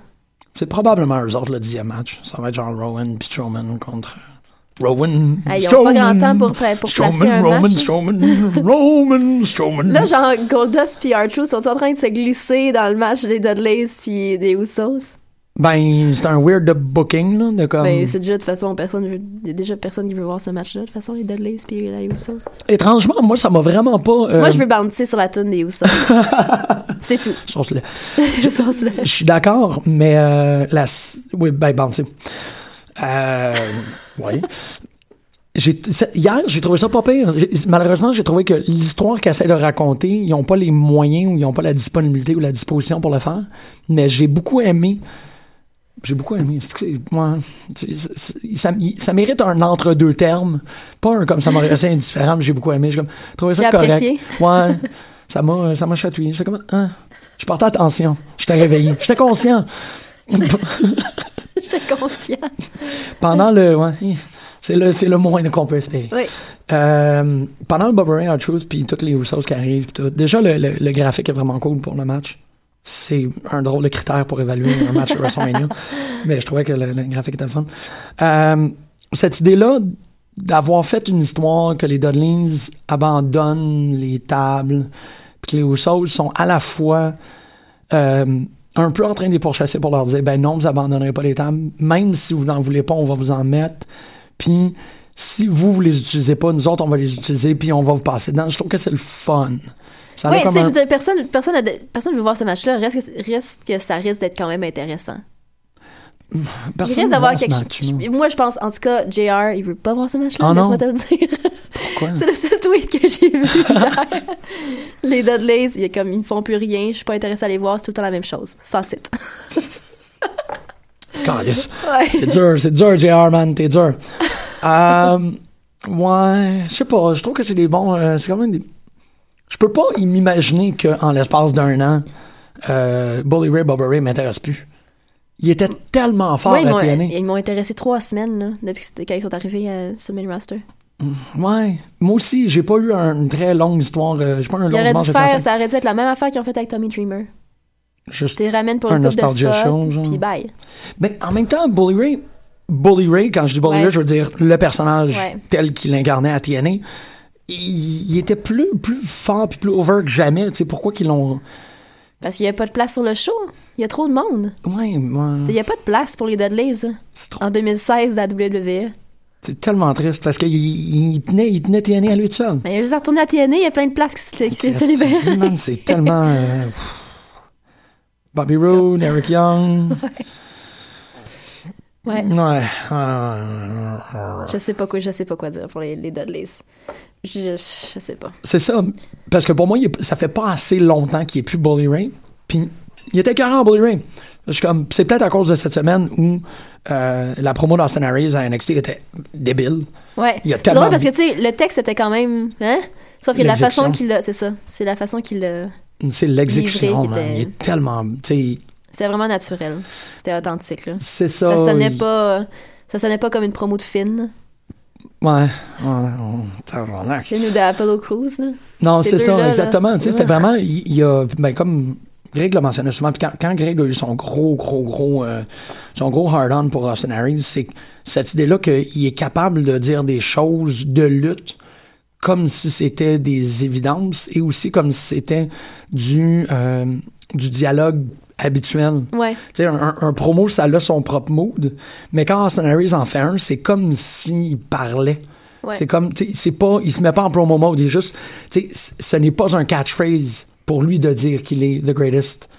Speaker 3: c'est probablement eux autres le dixième match. Ça va être genre Rowan puis Strowman contre. euh, Rowan.
Speaker 4: Hey, ils ont pas
Speaker 3: Strowman,
Speaker 4: grand temps pour, pla- pour placer
Speaker 3: Strowman,
Speaker 4: un
Speaker 3: Roman,
Speaker 4: match.
Speaker 3: Strowman, Roman, Strowman.
Speaker 4: Là, genre, Goldust puis R-Truth sont en train de se glisser dans le match des Dudleys puis des Usos.
Speaker 3: Ben, c'est un weird de booking, là, de comme.
Speaker 4: Ben, c'est déjà, de toute façon, personne veut- il y a déjà personne qui veut voir ce match-là. De toute façon, les Dudleys puis les Usos.
Speaker 3: Étrangement, moi, ça m'a vraiment pas. euh,
Speaker 4: Moi, je veux bouncer sur la tune des Usos. c'est tout.
Speaker 3: sauce-le.
Speaker 4: Je sens cela.
Speaker 3: Je suis d'accord, mais euh, la. s- Oui, ben, bon, tu sais. Euh, oui. J'ai- ça- Hier, j'ai trouvé ça pas pire. J'ai- Malheureusement, j'ai trouvé que l'histoire qu'ils essaient de raconter, ils n'ont pas les moyens ou ils n'ont pas la disponibilité ou la disposition pour le faire. Mais j'ai beaucoup aimé. J'ai beaucoup aimé. C'est que c'est- ouais, c'est- c'est- c'est- ça, il- ça mérite un entre-deux termes. Pas un comme ça m'a resté indifférent, mais j'ai beaucoup aimé. J'ai comme, trouvé ça
Speaker 4: J'ai
Speaker 3: correct.
Speaker 4: apprécié.
Speaker 3: Ouais. ça m'a ça m'a chatouillé. J'étais comme, hein. Je portais attention. J'étais réveillé. J'étais conscient.
Speaker 4: J'étais consciente.
Speaker 3: Pendant le. Ouais. C'est le, c'est le moindre qu'on peut espérer.
Speaker 4: Oui.
Speaker 3: Euh, pendant le Bobbery Hard Truth, puis toutes les Usos qui arrivent, puis tout, déjà le, le- le graphique est vraiment cool pour le match. C'est un drôle de critère pour évaluer un match de WrestleMania. Mais je trouvais que le, le graphique était le fun. Euh, cette idée-là d'avoir fait une histoire que les Dudleys abandonnent les tables, puis que les Usos sont à la fois euh, un peu en train de les pourchasser pour leur dire ben non, vous abandonnerez pas les tables, même si vous n'en voulez pas, on va vous en mettre. Puis si vous, vous les utilisez pas, nous autres, on va les utiliser, puis on va vous passer dedans. Je trouve que c'est le fun. Ça
Speaker 4: Oui,
Speaker 3: a
Speaker 4: tu
Speaker 3: comme
Speaker 4: sais, je
Speaker 3: un-
Speaker 4: veux dire, personne, personne, a de- personne veut voir ce match-là. Risque, risque que ça risque d'être quand même intéressant.
Speaker 3: personne
Speaker 4: il risque
Speaker 3: ne
Speaker 4: d'avoir
Speaker 3: voit ce
Speaker 4: quelque
Speaker 3: match,
Speaker 4: chose.
Speaker 3: non.
Speaker 4: Moi, je pense, en tout cas, JR, il veut pas voir ce match-là.
Speaker 3: Ah non. Ah.
Speaker 4: Laisse-moi te le dire.
Speaker 3: Quoi?
Speaker 4: C'est le seul tweet que j'ai vu hier. les Dudleys, il est comme, ils ne font plus rien. Je suis pas intéressée à les voir. C'est tout le temps la même chose. Sans site.
Speaker 3: Calisse.
Speaker 4: Ouais.
Speaker 3: C'est dur, c'est dur, JR, man, t'es dur. Euh, ouais, je sais pas, je trouve que c'est des bons. euh, c'est quand même des. Je peux pas y m'imaginer qu'en l'espace d'un an, euh, Bully Ray Bobby Ray m'intéresse plus. Il était tellement fort
Speaker 4: Ouais, ils
Speaker 3: à
Speaker 4: m'ont- euh,
Speaker 3: TNA.
Speaker 4: ils m'ont intéressé trois semaines, là, depuis que c'était- quand ils sont arrivés euh, sur le main roster.
Speaker 3: Ouais. Moi aussi, j'ai pas eu un- une très longue histoire. euh, j'ai pas eu un
Speaker 4: Il
Speaker 3: long
Speaker 4: aurait
Speaker 3: dimanche
Speaker 4: dû
Speaker 3: de fiançailles.
Speaker 4: faire, ça aurait dû être la même affaire qu'ils ont faite avec Tommy Dreamer. Je
Speaker 3: Juste-
Speaker 4: te ramène pour
Speaker 3: Un
Speaker 4: une coupe de
Speaker 3: nostalgia show,
Speaker 4: spot,
Speaker 3: genre.
Speaker 4: puis bye.
Speaker 3: Mais en même temps, Bully Ray, Bully Ray, quand je dis Bully
Speaker 4: Ouais.
Speaker 3: Ray, je veux dire le personnage
Speaker 4: Ouais.
Speaker 3: tel qu'il incarnait à TNA, il, il était plus, plus fort puis plus over que jamais. Tu sais, pourquoi qu'ils l'ont.
Speaker 4: Parce qu'il n'y a pas de place sur le show. Il y a trop de monde.
Speaker 3: Ouais, ouais.
Speaker 4: Il n'y a pas de place pour les Dudleys hein,
Speaker 3: C'est trop-
Speaker 4: en 2016 à E. la WWE.
Speaker 3: c'est tellement triste parce qu'il il il tenait, il tenait TNA à lui tout seul.
Speaker 4: Mais il est juste retourné à TNA, il y a plein de places qui s'est- qui s'est
Speaker 3: Christ, c'est-
Speaker 4: libérées.
Speaker 3: man, C'est tellement. euh, pff. Bobby Roode, Eric Young.
Speaker 4: Ouais.
Speaker 3: Ouais. euh,
Speaker 4: Je sais pas quoi, je sais pas quoi dire pour les, les Dudleys. Je, je, je sais pas.
Speaker 3: C'est ça. Parce que pour moi, il est- ça fait pas assez longtemps qu'il est plus Bully Ray. Puis il était carrément Bully Ray. Je suis comme, c'est peut-être à cause de cette semaine où euh, la promo d'Austin Harris à NXT était débile.
Speaker 4: Ouais.
Speaker 3: Il y a
Speaker 4: C'est
Speaker 3: tellement
Speaker 4: drôle parce que
Speaker 3: de-
Speaker 4: tu sais, le texte était quand même, hein. Sauf que la
Speaker 3: L'exécution.
Speaker 4: façon qu'il l'a, c'est ça. C'est la façon qu'il l'a.
Speaker 3: C'est l'exécution,
Speaker 4: Livré qui
Speaker 3: man.
Speaker 4: était-
Speaker 3: Il est tellement. tu sais,
Speaker 4: C'était vraiment naturel. C'était authentique là.
Speaker 3: C'est ça.
Speaker 4: Ça sonnait
Speaker 3: il-
Speaker 4: pas, ça sonnait pas comme une promo de Finn.
Speaker 3: Ouais. ouais, on- tabarnak.
Speaker 4: Finn ou d'Apollo Crews. là.
Speaker 3: Non,
Speaker 4: Ces
Speaker 3: c'est ça,
Speaker 4: deux-là, là.
Speaker 3: exactement. Tu sais, c'était
Speaker 4: Ouais.
Speaker 3: vraiment, il il y a, ben, comme Greg le mentionnait souvent, puis quand, quand Greg a eu son gros, gros, gros, euh, son gros hard-on pour Austin Harris, c'est cette idée-là qu'il est capable de dire des choses de lutte comme si c'était des évidences et aussi comme si c'était du, euh, du dialogue habituel.
Speaker 4: Ouais.
Speaker 3: Tu sais, un, un- un promo, ça a son propre mood, mais quand Austin Harris en fait un, c'est comme s'il parlait.
Speaker 4: Ouais.
Speaker 3: C'est comme, tu sais, c'est pas, il se met pas en promo mode, il est juste, tu sais, c- ce n'est pas un catchphrase pour lui de dire qu'il est the greatest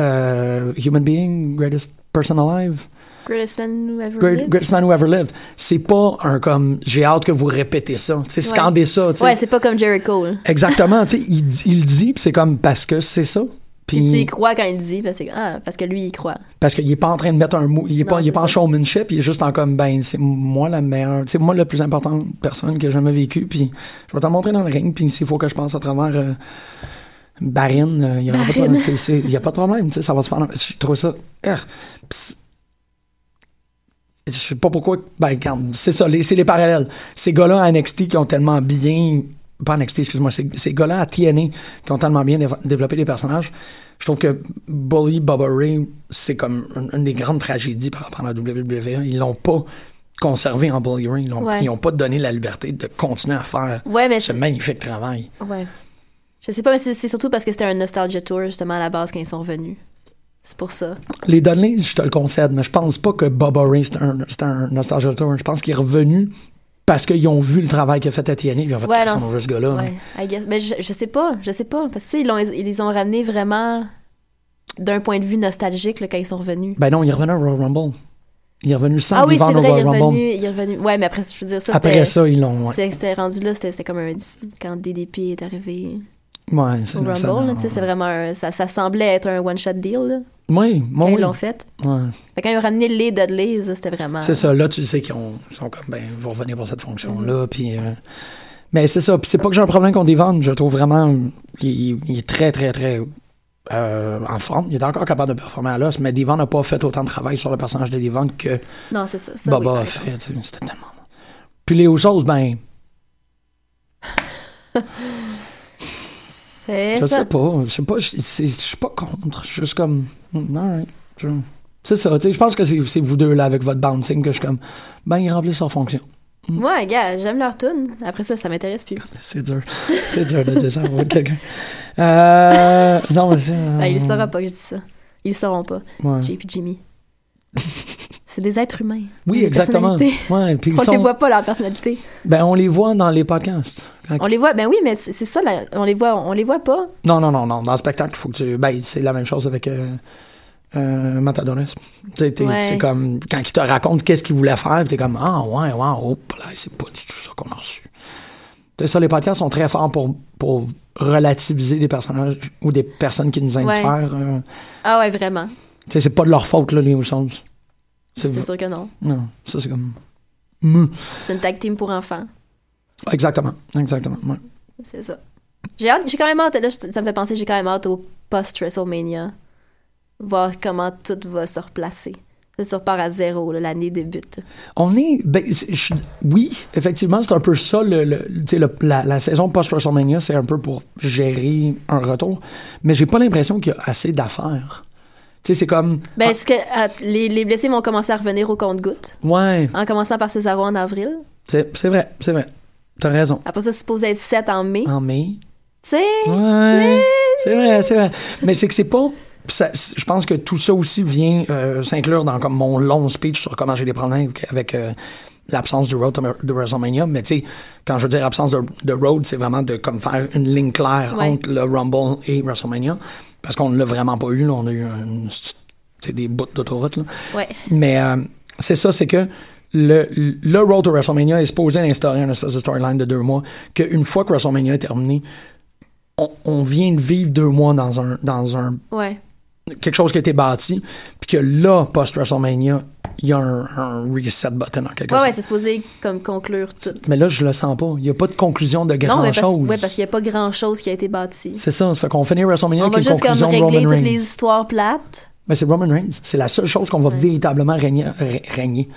Speaker 3: euh, human being, greatest person alive,
Speaker 4: Greatest man who ever
Speaker 3: great-
Speaker 4: lived.
Speaker 3: greatest man who ever lived. C'est pas un comme, j'ai hâte que vous répétez ça, tu sais,
Speaker 4: Ouais.
Speaker 3: scandez ça, tu sais.
Speaker 4: Ouais, c'est pas comme Jericho. là.
Speaker 3: Exactement, tu sais, il, dit- il dit, puis c'est comme parce que c'est ça.
Speaker 4: Puis tu y
Speaker 3: Puis
Speaker 4: crois quand il dit, parce que, ah, parce que lui, il croit.
Speaker 3: parce qu'il est pas en train de mettre un mot, il est pas,
Speaker 4: Non,
Speaker 3: il est
Speaker 4: c'est
Speaker 3: pas en
Speaker 4: ça.
Speaker 3: showmanship, il est juste en comme ben c'est moi la meilleure, c'est moi la plus importante personne que j'ai jamais vécue, puis je vais t'en montrer dans le ring, puis s'il faut que je passe à travers euh, Barine, euh, il y aura pas de problème, C'est- c'est- il y a pas de problème, tu sais, ça va se faire. dans- Je trouve ça. ah, pis c'est- je sais pas pourquoi. Ben, regarde, c'est ça, les- c'est les parallèles. Ces gars-là à NXT qui ont tellement bien. Pas NXT, excuse-moi. Ces, ces gars-là à TNA qui ont tellement bien dév- développé des personnages. Je trouve que Bully, Bubba Ray, c'est comme une, une des grandes tragédies par rapport à la WWE. Ils l'ont pas conservé en Bully Ray. Ils l'ont-
Speaker 4: Ouais.
Speaker 3: ils ont pas donné la liberté de continuer à faire
Speaker 4: Ouais, mais
Speaker 3: ce
Speaker 4: c'est-
Speaker 3: magnifique travail.
Speaker 4: Ouais. Je sais pas, mais c'est c'est surtout parce que c'était un nostalgia tour, justement, à la base, quand ils sont revenus. C'est pour ça.
Speaker 3: Les Dudleys, je te le concède, mais je pense pas que Bubba Ray, c'est un, c'est un nostalgia tour. Je pense qu'il est revenu parce qu'ils ont vu le travail qu'il a fait à TNA, puis ils ont fait
Speaker 4: Ouais,
Speaker 3: Christ,
Speaker 4: non,
Speaker 3: on veut
Speaker 4: c'est-
Speaker 3: ce gars-là.
Speaker 4: Ouais, I guess. Mais je, je sais pas, je sais pas. Parce que, tu sais, ils l'ont- ils les ont ramenés vraiment d'un point de vue nostalgique, là, quand ils sont revenus.
Speaker 3: Ben non, il est revenu au Royal Rumble. Il est revenu sans
Speaker 4: Ah oui,
Speaker 3: vivant
Speaker 4: c'est
Speaker 3: au
Speaker 4: vrai, il est
Speaker 3: Royal Rumble.
Speaker 4: revenu, il est revenu. Ouais, mais après, je veux dire, ça,
Speaker 3: Après
Speaker 4: c'était...
Speaker 3: ça, ils l'ont. Ouais,
Speaker 4: c'est- C'était rendu là, c'était c'était comme un... Quand DDP est arrivé
Speaker 3: Ouais, c'est
Speaker 4: au Rumble,
Speaker 3: ça,
Speaker 4: là,
Speaker 3: non,
Speaker 4: tu sais, c'est
Speaker 3: ouais.
Speaker 4: vraiment un- ça, ça semblait être un one-shot deal, là,
Speaker 3: Oh Oui,
Speaker 4: quand
Speaker 3: moi,
Speaker 4: ils l'ont
Speaker 3: oui.
Speaker 4: fait.
Speaker 3: Ouais.
Speaker 4: Fait que quand ils ont ramené les Dudleys, là, c'était vraiment...
Speaker 3: C'est ça, là, tu sais qu'ils ont- ils sont comme, ben, vous revenez pour cette
Speaker 4: Mm-hmm.
Speaker 3: fonction-là, puis... euh, mais c'est ça, puis c'est pas que j'ai un problème qu'on dévende, je trouve vraiment qu'il il- il est très, très, très euh, en forme. Il est encore capable de performer à l'os, mais Divan n'a pas fait autant de travail sur le personnage de Divan que
Speaker 4: Non, c'est ça. ça oui,
Speaker 3: Boba
Speaker 4: par
Speaker 3: a
Speaker 4: exemple.
Speaker 3: fait, tu sais, c'était tellement... Puis les hausses, ben,
Speaker 4: C'est
Speaker 3: je
Speaker 4: ça.
Speaker 3: sais pas. Je sais pas. Je c'est- je suis pas contre. Je suis juste comme. mm, Alright. je- C'est ça. tu sais, Je pense que c'est c'est vous deux là avec votre bouncing que je suis comme. Ben, il remplit leur fonction.
Speaker 4: Moi, gars, j'aime leur tune. Après ça, ça m'intéresse plus.
Speaker 3: C'est dur. C'est dur de dire ça à quelqu'un. Euh, non, mais c'est. euh,
Speaker 4: Ah, il saura pas que je dis ça. Ils le sauront pas.
Speaker 3: ouais.
Speaker 4: JP Jimmy. c'est des êtres humains.
Speaker 3: Oui,
Speaker 4: Des
Speaker 3: exactement.
Speaker 4: personnalités.
Speaker 3: Ouais, puis ils
Speaker 4: On
Speaker 3: sont-
Speaker 4: les voit pas leur personnalité.
Speaker 3: Ben, on les voit dans les podcasts. Quand-
Speaker 4: On les voit, ben oui, mais c'est c'est ça, là, on les voit, on les voit pas.
Speaker 3: Non, non, non, non. Dans le spectacle, faut que tu. Ben, c'est la même chose avec euh, euh, Matadoris. Tu sais, t'es-
Speaker 4: Ouais.
Speaker 3: C'est comme quand il te raconte qu'est-ce qu'il voulait faire, puis t'es comme Ah, ouais, ouais, oh, là, c'est pas du tout ça qu'on a reçu. Tu sais, ça, les podcasts sont très forts pour, pour relativiser des personnages ou des personnes qui nous indiffèrent. euh.
Speaker 4: Ah ouais, vraiment.
Speaker 3: Tu sais, c'est pas de leur faute, là, les Wilsons.
Speaker 4: C'est sûr que non.
Speaker 3: Non, ça, c'est comme. Mou.
Speaker 4: C'est une tag team pour enfants.
Speaker 3: ah, Exactement, exactement. ouais.
Speaker 4: C'est ça. J'ai hâte, j'ai quand même hâte, là, je- ça me fait penser, j'ai quand même hâte au post-WrestleMania. Voir comment tout va se replacer. Ça repart à zéro, là, l'année débute.
Speaker 3: On est. ben, c'est- je- oui, effectivement, c'est un peu ça. Le, le- tu sais, le- la, la saison post-WrestleMania, c'est un peu pour gérer un retour. Mais j'ai pas l'impression qu'il y a assez d'affaires. Tu sais, c'est comme.
Speaker 4: Ben, est-ce que ah, les, les blessés vont commencer à revenir au compte-gouttes?
Speaker 3: Ouais,
Speaker 4: En commençant par Cesaro en avril.
Speaker 3: c'est c'est vrai, c'est vrai. T'as raison.
Speaker 4: Après ça, c'est supposé être 7 en mai.
Speaker 3: En mai.
Speaker 4: Tu sais?
Speaker 3: Ah. Ouais. C'est vrai, c'est vrai. Mais c'est que c'est pas. ça- c- je pense que tout ça aussi vient euh, s'inclure dans comme mon long speech sur comment j'ai des problèmes avec, avec, euh, l'absence du road to- de WrestleMania. Mais tu sais, quand je veux dire absence de, de road, c'est vraiment de comme faire une ligne claire
Speaker 4: Ouais.
Speaker 3: entre le Rumble et WrestleMania. Parce qu'on ne l'a vraiment pas eu. là. On a eu un- c'est des bouts d'autoroute. là.
Speaker 4: Ouais.
Speaker 3: Mais euh, c'est ça, c'est que le, le Road to WrestleMania est supposé instaurer une espèce de storyline de deux mois, qu'une fois que WrestleMania est terminé, on, on vient de vivre deux mois dans un dans un
Speaker 4: Ouais.
Speaker 3: quelque chose qui a été bâti, puis que là, post-WrestleMania, il y a un, un reset button en quelque
Speaker 4: Ouais, ouais,
Speaker 3: sorte.
Speaker 4: c'est supposé comme conclure tout.
Speaker 3: Mais là, je le sens pas. Il n'y a pas de conclusion de
Speaker 4: Non, mais parce,
Speaker 3: grand-chose.
Speaker 4: ouais, parce qu'il n'y a pas grand-chose qui a été bâti.
Speaker 3: C'est ça, ça fait qu'on finit WrestleMania
Speaker 4: On va
Speaker 3: avec une
Speaker 4: juste comme
Speaker 3: conclusion de
Speaker 4: régler
Speaker 3: Roman
Speaker 4: toutes
Speaker 3: Reigns.
Speaker 4: les histoires plates.
Speaker 3: Mais c'est Roman Reigns. C'est la seule chose qu'on va véritablement régner, ré- régner.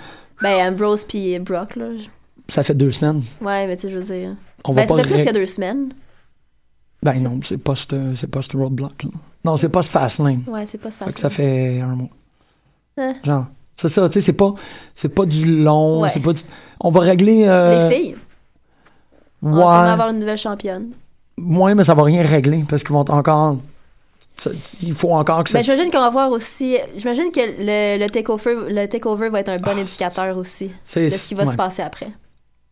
Speaker 4: Ben, Ambrose puis Brock, là. je-
Speaker 3: Ça fait deux semaines.
Speaker 4: Ouais, mais tu sais, je veux dire.
Speaker 3: On
Speaker 4: ben,
Speaker 3: va
Speaker 4: ça
Speaker 3: pas
Speaker 4: fait plus
Speaker 3: ré-
Speaker 4: que deux semaines.
Speaker 3: Ben non, c'est post, euh, c'est post roadblock. là. Non, c'est post fastlane.
Speaker 4: Ouais, c'est pas ce
Speaker 3: Fait que
Speaker 4: facile.
Speaker 3: ça fait un mois.
Speaker 4: Hein.
Speaker 3: Genre, c'est ça, tu sais, c'est pas, c'est pas du long,
Speaker 4: Ouais.
Speaker 3: c'est pas du- On va régler. euh,
Speaker 4: Les filles, on va sûrement
Speaker 3: Ouais,
Speaker 4: avoir une nouvelle championne.
Speaker 3: ouais, mais ça va rien régler parce qu'ils vont encore. ça- Il faut encore que ça.
Speaker 4: Ben, j'imagine qu'on va voir aussi. J'imagine que le, le takeover, le takeover va être un bon indicateur aussi
Speaker 3: Ah, c'est-
Speaker 4: de ce qui va
Speaker 3: ouais.
Speaker 4: se passer après.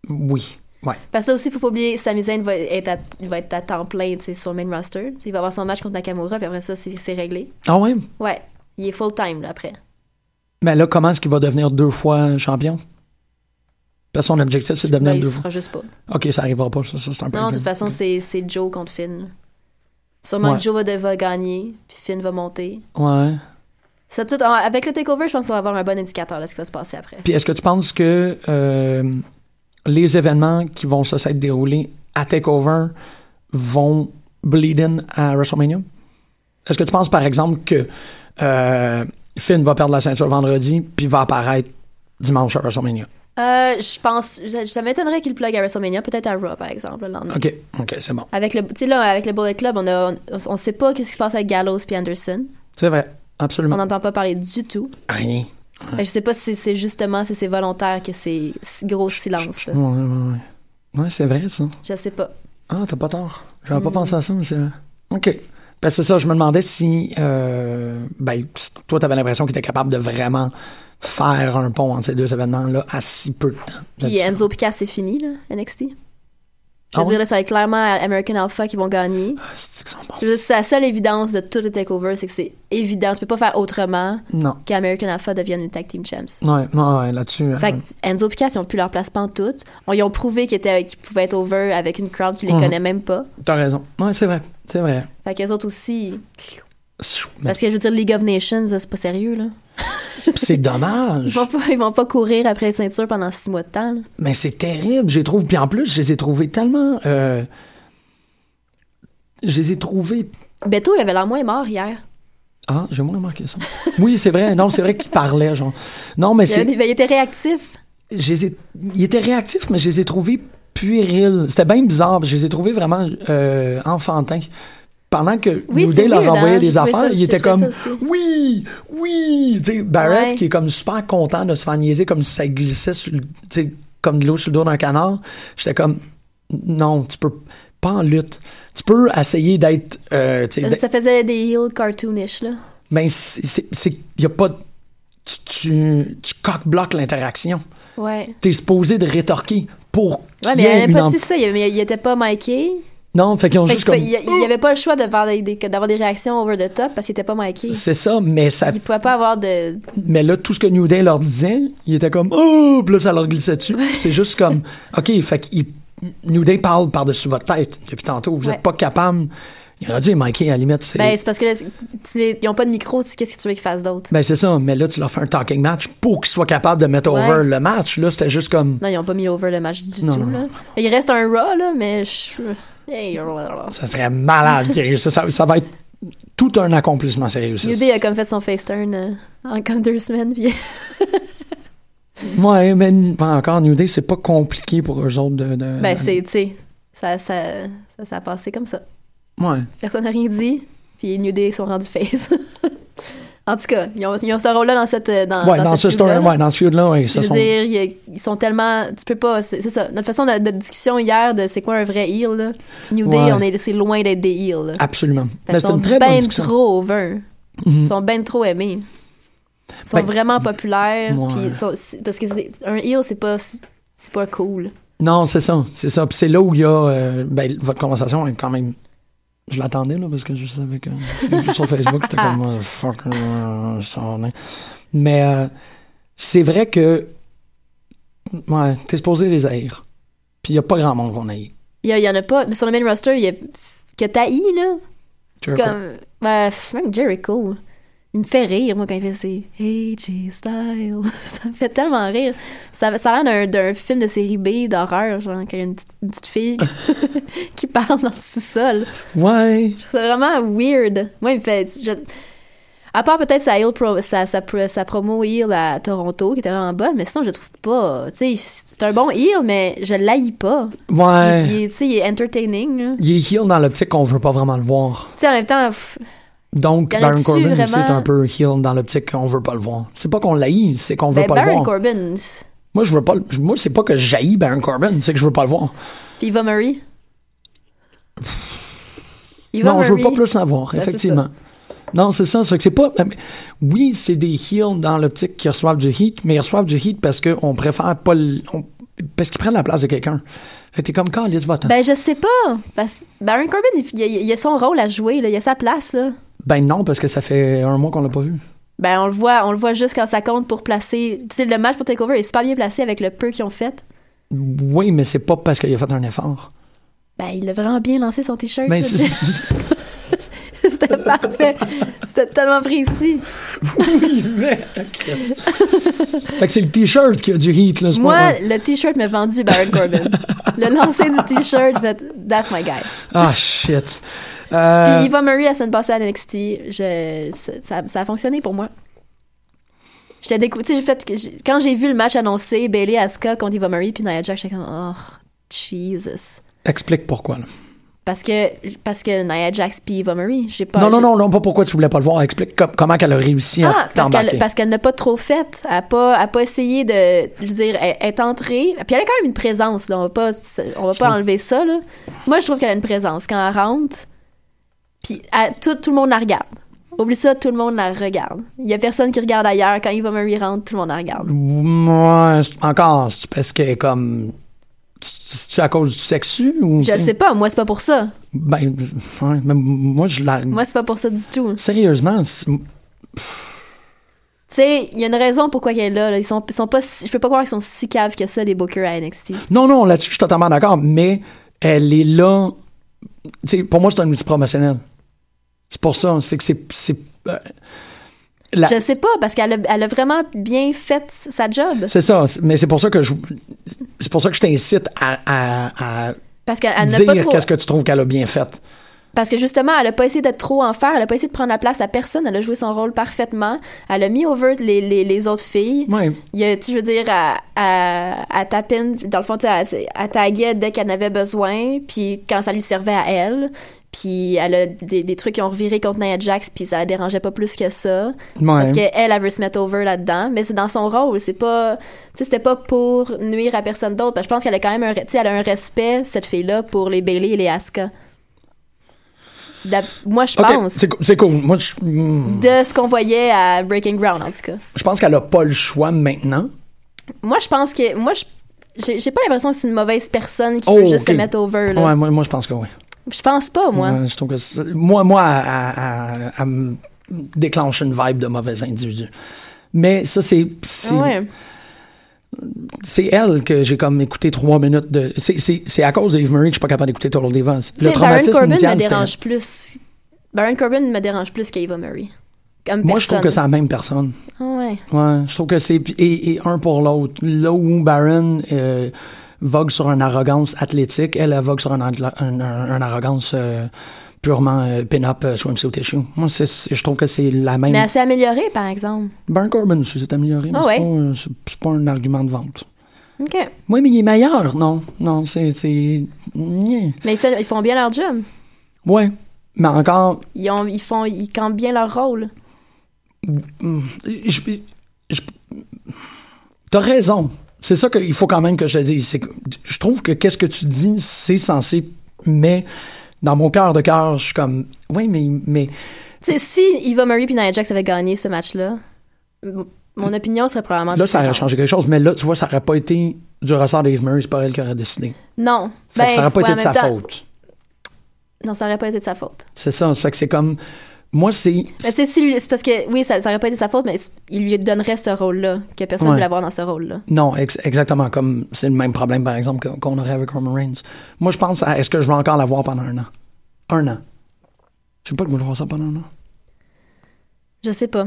Speaker 3: Oui, ouais.
Speaker 4: Parce que ça aussi, faut pas oublier, Sami Zayn va être à, il va être à temps plein tu sais, sur le main roster. Tu sais, il va avoir son match contre Nakamura, puis après ça, c'est c'est réglé.
Speaker 3: Ah ouais.
Speaker 4: Ouais, il est full time là, après.
Speaker 3: Mais là, comment est-ce qu'il va devenir deux fois champion Parce que son objectif, c'est de
Speaker 4: Ben,
Speaker 3: devenir
Speaker 4: il
Speaker 3: deux
Speaker 4: se
Speaker 3: fois.
Speaker 4: fera juste pas.
Speaker 3: Ok, ça arrivera pas. Ça, ça, c'est un peu.
Speaker 4: Non, non,
Speaker 3: évident.
Speaker 4: de toute façon, c'est c'est Joe contre Finn. Sûrement
Speaker 3: Ouais.
Speaker 4: que Joe va, va gagner, puis Finn va monter.
Speaker 3: Ouais.
Speaker 4: Ça, tout, en- avec le takeover, je pense qu'on va avoir un bon indicateur de ce qui va se passer après.
Speaker 3: Puis est-ce que tu penses que euh, les événements qui vont se s'être déroulés à TakeOver vont bleed in à WrestleMania? Est-ce que tu penses, par exemple, que euh, Finn va perdre la ceinture vendredi puis va apparaître dimanche à WrestleMania?
Speaker 4: Euh, je pense, je- ça m'étonnerait qu'il plug à WrestleMania, peut-être à Raw par exemple le lendemain.
Speaker 3: OK, OK, c'est bon.
Speaker 4: Avec le, tu sais là, avec le Bullet Club, on a, on, on sait pas qu'est-ce qui se passe avec Gallows puis Anderson.
Speaker 3: C'est vrai, absolument.
Speaker 4: On n'entend pas parler du tout.
Speaker 3: Rien.
Speaker 4: Fait que Je sais pas si c'est justement si c'est volontaire que c'est si- gros silence.
Speaker 3: Ouais, ouais, ouais. Ouais, c'est vrai, ça.
Speaker 4: Je sais pas.
Speaker 3: Ah, t'as pas tort. J'avais
Speaker 4: Hmm.
Speaker 3: pas pensé à ça, mais c'est vrai. OK. Ben, c'est ça, je me demandais si. Euh, ben, si toi, t'avais l'impression qu'il était capable de vraiment faire un pont entre ces deux événements-là à si peu de temps.
Speaker 4: Puis
Speaker 3: Là-dessus.
Speaker 4: Enzo Picasso c'est fini là, NXT. Je
Speaker 3: Ah
Speaker 4: veux
Speaker 3: ouais?
Speaker 4: dire là, ça va être clairement American Alpha qui vont gagner.
Speaker 3: Ah, c'est que ça en
Speaker 4: Je veux dire, c'est la seule évidence de tout le takeover, c'est que c'est évident. Tu peux pas faire autrement
Speaker 3: parle. Non.
Speaker 4: qu'American Alpha devienne une tag team champs.
Speaker 3: Ouais, ouais, ouais, là-dessus.
Speaker 4: Fait
Speaker 3: euh,
Speaker 4: que Enzo Picasso, ils ont pu leur place pantoute. On- Ils ont prouvé qu'ils étaient- qu'ils pouvaient être over avec une crowd qui les
Speaker 3: Mhm.
Speaker 4: connaît même pas.
Speaker 3: T'as raison. Ouais, c'est vrai. C'est vrai.
Speaker 4: Fait qu'eux autres aussi.
Speaker 3: Chou, mais
Speaker 4: Parce que je veux dire, League of Nations, là, c'est pas sérieux, là.
Speaker 3: C'est
Speaker 4: Ils
Speaker 3: dommage.
Speaker 4: vont pas, ils vont pas courir après les ceintures pendant six mois de temps, là.
Speaker 3: Mais c'est terrible. J'ai trouvé. Puis en plus, je les ai trouvés tellement. euh, je les ai trouvés
Speaker 4: Beto, il avait l'air moins mort hier.
Speaker 3: Ah, j'ai moins remarqué ça. Oui, c'est vrai. Non, c'est vrai qu'il parlait, genre. Non, mais
Speaker 4: Il, avait-
Speaker 3: c'est.
Speaker 4: ben, il était réactif.
Speaker 3: je les ai- ils étaient réactifs, mais je les ai trouvés puérils. C'était bien bizarre. Je les ai trouvés vraiment euh, enfantins. Pendant que
Speaker 4: Oui,
Speaker 3: New
Speaker 4: c'est
Speaker 3: Day leur
Speaker 4: weird, hein,
Speaker 3: envoyait
Speaker 4: j'ai
Speaker 3: des
Speaker 4: trouvé ça
Speaker 3: affaires,
Speaker 4: aussi,
Speaker 3: ils étaient
Speaker 4: j'ai trouvé
Speaker 3: comme
Speaker 4: ça aussi.
Speaker 3: Oui, oui. Tu sais, Barrett
Speaker 4: Ouais.
Speaker 3: qui est comme super content de se faire niaiser comme si ça glissait sur le- tu sais, comme de l'eau sur le dos d'un canard. J'étais comme Non, tu peux pas en lutte. Tu peux essayer d'être. euh, tu sais, d'être-
Speaker 4: Ça faisait des heel cartoonish, là.
Speaker 3: mais c'est- c'est. c'est- Y a pas. Tu, tu, tu cock-bloques l'interaction.
Speaker 4: Ouais.
Speaker 3: T'es supposé de rétorquer pour qu'il
Speaker 4: Ouais,
Speaker 3: y
Speaker 4: mais il
Speaker 3: ait
Speaker 4: avait
Speaker 3: une
Speaker 4: pas
Speaker 3: em-
Speaker 4: dit ça, il, mais il était pas Mikey.
Speaker 3: Non, fait qu'ils ont
Speaker 4: Fait
Speaker 3: juste
Speaker 4: qu'il
Speaker 3: comme.
Speaker 4: fait- il, il avait pas le choix de faire des, des- d'avoir des réactions over the top parce qu'il était pas Mikey.
Speaker 3: C'est ça, mais ça.
Speaker 4: Il pouvait pas avoir de. ben,
Speaker 3: Mais là, tout ce que New Day leur disait, il était comme oh, puis là ça leur glissait dessus. Puis C'est juste comme ok, fait qu'ils New Day parle par-dessus votre tête depuis tantôt. Vous
Speaker 4: Ouais.
Speaker 3: êtes pas capable. Il aurait dû les manquer à la limite. c'est-
Speaker 4: Ben, c'est parce que là, c'est- tu les- ils ont pas de micro, c'est qu'est-ce que tu veux qu'ils fassent d'autre?
Speaker 3: Ben, c'est ça, mais là tu leur fais un talking match pour qu'ils soient capables de mettre
Speaker 4: Ouais.
Speaker 3: over le match. Là c'était juste comme
Speaker 4: Non, ils ont pas mis over le match du
Speaker 3: Non,
Speaker 4: tout,
Speaker 3: non,
Speaker 4: là. Il reste un Raw, là, mais je. Hey, oh blablabla.
Speaker 3: ça serait malade qu'ils réussissent. Ça, ça va être tout un accomplissement sérieux.
Speaker 4: New Day a comme fait son face turn euh, en comme deux semaines, puis
Speaker 3: Euh, Ouais, mais ben, encore New Day, c'est pas compliqué pour eux autres de. de-
Speaker 4: ben c'est, tu sais, ça, ça, ça, ça a passé comme ça.
Speaker 3: Ouais.
Speaker 4: Personne n'a rien dit, puis New Day sont rendus face. en tout cas, ils ont, ils ont ce rôle-là dans cette euh, dans,
Speaker 3: Ouais,
Speaker 4: dans,
Speaker 3: dans, ce
Speaker 4: cette
Speaker 3: story,
Speaker 4: feud-là, là.
Speaker 3: ouais, dans ce feud-là, ouais,
Speaker 4: Je
Speaker 3: ça
Speaker 4: veux
Speaker 3: sont.
Speaker 4: dire, il y a- ils sont tellement. Tu peux pas. C'est c'est ça. Notre façon, notre, notre discussion hier de c'est quoi un vrai heel, là. New
Speaker 3: Ouais.
Speaker 4: Day, on est, c'est loin d'être des heels, là.
Speaker 3: Absolument.
Speaker 4: Parce
Speaker 3: Mais c'est une
Speaker 4: qu'ils
Speaker 3: très
Speaker 4: sont
Speaker 3: bonne
Speaker 4: ben
Speaker 3: discussion. Mhm.
Speaker 4: trop over. Ils sont ben trop aimés. Ils sont
Speaker 3: Ben,
Speaker 4: vraiment populaires.
Speaker 3: ouais.
Speaker 4: puis ils sont- c'est- parce que c'est- un heel, c'est pas, c'est pas cool.
Speaker 3: Non, c'est ça, c'est ça. Puis c'est là où il y a, euh, ben, votre conversation est quand même. Je l'attendais là parce que je savais que sur Facebook, c'était comme euh, fuck, euh, ça en est. Mais euh, c'est vrai que, ouais, t'es supposé les haïr. Puis il y a pas grand monde qu'on haït.
Speaker 4: Il y, a- il y en a pas. Mais sur le main roster, il y a. Que t'haïs, là.
Speaker 3: Jericho.
Speaker 4: Comme. ben, pff, même Jericho. Il me fait rire, moi, quand il fait ses AJ Styles. ça me fait tellement rire. Ça, ça a l'air d'un d'un film de série B d'horreur, genre, quand il y a une petite, une petite fille qui parle dans le sous-sol.
Speaker 3: Ouais.
Speaker 4: Je trouve ça vraiment weird. Moi, il me fait. je- À part peut-être sa, heel pro- sa, sa, pro- sa promo heel à Toronto, qui était vraiment bonne, mais sinon, je le trouve pas. Tu sais, c'est un bon heel, mais je l'haïs pas.
Speaker 3: Ouais.
Speaker 4: Il, il est- tu sais, il est entertaining. là. Tu
Speaker 3: Il est heel dans l'optique qu'on veut pas vraiment le voir.
Speaker 4: sais, en même temps, pff,
Speaker 3: Donc,
Speaker 4: Y en
Speaker 3: Baron
Speaker 4: a-tu
Speaker 3: Corbin,
Speaker 4: vraiment-
Speaker 3: c'est un peu heel dans l'optique qu'on veut pas le voir. C'est pas qu'on l'haït, c'est qu'on veut
Speaker 4: ben,
Speaker 3: pas le
Speaker 4: Baron
Speaker 3: voir.
Speaker 4: Corbin, c'est-
Speaker 3: Moi, je veux pas le... Moi, c'est pas que j'haïs Baron Corbin, c'est que je veux pas le voir.
Speaker 4: Puis Eva Marie. Eva
Speaker 3: non, je veux
Speaker 4: Marie.
Speaker 3: pas plus en voir,
Speaker 4: Ben, c'est
Speaker 3: effectivement. Non, c'est ça. C'est que c'est pas. Oui, c'est des heels dans l'optique qui reçoivent du heat, mais ils reçoivent du heat parce qu'on préfère pas le. on- Parce qu'ils prennent la place de quelqu'un. Fait que t'es comme quand Alice va
Speaker 4: Ben, je sais pas. Parce que Baron Corbin, il, il a- il a son rôle à jouer, là. il a sa place. Là.
Speaker 3: Ben non, parce que ça fait un mois qu'on l'a pas vu.
Speaker 4: Ben, on le voit, on le voit juste quand ça compte pour placer. Tu sais, le match pour Takeover est super bien placé avec le peu qu'ils ont fait.
Speaker 3: Oui, mais c'est pas parce qu'il a fait un effort.
Speaker 4: Ben, il a vraiment bien lancé son t-shirt.
Speaker 3: Ben,
Speaker 4: là.
Speaker 3: c'est.
Speaker 4: C'était parfait. C'était tellement précis.
Speaker 3: Fait que c'est le t-shirt qui a du heat, là. c'est pas
Speaker 4: Moi,
Speaker 3: vrai.
Speaker 4: le t-shirt m'a vendu Baron Corbin. le lancer du t-shirt, j'ai fait That's my guy.
Speaker 3: Ah, shit. Euh,
Speaker 4: Puis Eva Murray, la semaine passée à NXT, je, ça, ça a fonctionné pour moi. J'étais décou- tu sais, j'ai fait que j'ai- quand j'ai vu le match annoncé, Bailey, Asuka contre Eva Murray puis Nia Jax, j'étais comme oh Jesus.
Speaker 3: Explique pourquoi. là.
Speaker 4: Parce que parce que Nia Jax puis Eva Murray, j'ai pas
Speaker 3: non, non,
Speaker 4: j'ai-
Speaker 3: non, non, pas pourquoi tu voulais pas le voir. Explique com- comment qu'elle a réussi à
Speaker 4: Ah, parce
Speaker 3: t'embarquer.
Speaker 4: qu'elle parce qu'elle n'a pas trop fait, elle a pas elle a pas essayé de je veux dire elle elle est entrée, puis elle a quand même une présence là, on va pas on va pas enlever ça là. Moi, je trouve qu'elle a une présence quand elle rentre. Puis elle- tout tout le monde la regarde. Oublie ça, tout le monde la regarde. Il y a personne qui regarde ailleurs quand Eva Marie rentre, tout le monde la regarde.
Speaker 3: Ouais, c'est- encore, c'est parce que comme. C'est à cause du sexu ou.
Speaker 4: Je
Speaker 3: tu
Speaker 4: sais pas, moi c'est pas pour ça.
Speaker 3: Ben, ouais, mais moi, je la.
Speaker 4: Moi c'est pas pour ça du tout.
Speaker 3: Sérieusement, c'est-
Speaker 4: Tu sais, il y a une raison pourquoi elle est là, là. Ils sont ils sont pas si- je peux pas croire qu'ils sont si caves que ça les bookers à NXT.
Speaker 3: non, non, là-dessus, je suis totalement d'accord, mais elle est là. Tu sais, pour moi, c'est un outil promotionnel. C'est pour ça, c'est que c'est. c'est, euh, la-
Speaker 4: Je sais pas parce qu'elle a, elle a vraiment bien fait sa job.
Speaker 3: C'est ça, c'est- mais c'est pour ça que je. C'est pour ça que je t'incite à, à, à
Speaker 4: Parce qu'elle n'a pas
Speaker 3: dire
Speaker 4: trop.
Speaker 3: qu'est-ce que tu trouves qu'elle a bien fait.
Speaker 4: Parce que justement, elle a pas essayé d'être trop en faire, elle a pas essayé de prendre la place à personne, elle a joué son rôle parfaitement, elle a mis over les, les, les autres filles.
Speaker 5: Ouais.
Speaker 4: Il y a, tu veux dire, à, à, à Tapin, dans le fond, tu sais, elle, s'est- elle taguait dès qu'elle en avait besoin, puis quand ça lui servait à elle. Puis elle a des, des trucs qui ont reviré contre Nia Jax, puis ça la dérangeait pas plus que ça. Parce qu'elle, elle veut se mettre over là-dedans, mais c'est dans son rôle. C'est pas, tu sais, c'était pas pour nuire à personne d'autre. Parce que je pense qu'elle a quand même un, re- tu sais, elle a un respect, cette fille-là, pour les Bailey et les Asuka. D'ab- Moi, je
Speaker 3: Ok,
Speaker 4: pense.
Speaker 3: c'est cou- c'est cool. Moi, je, hmm,
Speaker 4: De ce qu'on voyait à Breaking Ground, en tout cas.
Speaker 3: je pense qu'elle a pas le choix maintenant.
Speaker 4: Moi, je pense que. Moi, je. J'ai j'ai pas l'impression que c'est une mauvaise personne qui
Speaker 3: Oh,
Speaker 4: veut juste
Speaker 3: ok.
Speaker 4: se mettre over. Là.
Speaker 3: Ouais, moi, moi, je pense que oui.
Speaker 4: Je pense pas, moi.
Speaker 3: Ouais, je trouve que c'est- moi, moi, elle- elle- elle me déclenche une vibe de mauvais individu. Mais ça, c'est c'est-
Speaker 4: Ah Ouais.
Speaker 3: c'est elle que j'ai comme écouté trois minutes de. c'est- C'est c'est à cause d'Eve Murray que je suis pas capable d'écouter Total Divas.
Speaker 4: Tu sais,
Speaker 3: Le
Speaker 4: Baron
Speaker 3: traumatisme
Speaker 4: Corbin
Speaker 3: initial,
Speaker 4: me
Speaker 3: c'était-
Speaker 4: dérange plus. Baron Corbin me dérange plus qu'Eva Murray. Comme
Speaker 3: Moi, je
Speaker 4: personne.
Speaker 3: trouve que Mm. c'est la même personne.
Speaker 4: Ah Ouais.
Speaker 3: Ouais, je trouve que c'est et, et un pour l'autre. Là où Baron euh, vogue sur une arrogance athlétique, elle, elle vogue sur une, adla- un- un- une arrogance euh, purement euh, pin-up euh, swimsuit issue. Moi, c'est- c'est- je trouve que c'est la même.
Speaker 4: Mais elle s'est améliorée, par exemple.
Speaker 3: Baron Corbin aussi s'est amélioré. mais
Speaker 4: Ah
Speaker 3: c'est
Speaker 4: ouais?
Speaker 3: pas, euh, c'est c'est pas un argument de vente.
Speaker 4: OK.
Speaker 3: Oui, mais il est meilleur. Non, non, c'est c'est Nyeh.
Speaker 4: Mais ils, fait- ils font bien leur job.
Speaker 3: ouais. Mais encore,
Speaker 4: Ils, ont, ils, font, ils campent bien leur rôle.
Speaker 3: je, je- t'as raison. C'est ça qu'il faut quand même que je te dise. C'est que je trouve que qu'est-ce que tu dis, c'est censé, mais dans mon cœur de cœur, je suis comme, oui, mais, mais
Speaker 4: Tu sais, si Eva Murray et Nia Jax avaient gagné ce match-là, m- mon opinion serait probablement
Speaker 3: là, ça aurait
Speaker 4: différente.
Speaker 3: changé quelque chose. Mais là, tu vois, ça aurait pas été du ressort d'Eve Murray, c'est pas elle qui aurait décidé.
Speaker 4: Non. Ben,
Speaker 3: Fait que ça aurait pas
Speaker 4: ouais, en
Speaker 3: été de sa
Speaker 4: même temps-
Speaker 3: faute.
Speaker 4: Non, ça aurait pas été de sa faute.
Speaker 3: C'est ça. Fait que c'est comme, moi, c'est.
Speaker 4: Mais c'est si lui- c'est parce que, oui, ça, ça aurait pas été de sa faute, mais c- il lui donnerait ce rôle-là, que personne ne
Speaker 3: Ouais.
Speaker 4: voulait avoir dans ce rôle-là.
Speaker 3: Non, ex- exactement. Comme c'est le même problème, par exemple, que- qu'on aurait avec Roman Reigns. Moi, je pense à est-ce que je vais encore la voir pendant un an? Un an. Je sais pas que vouloir ça pendant un an.
Speaker 4: Je sais pas.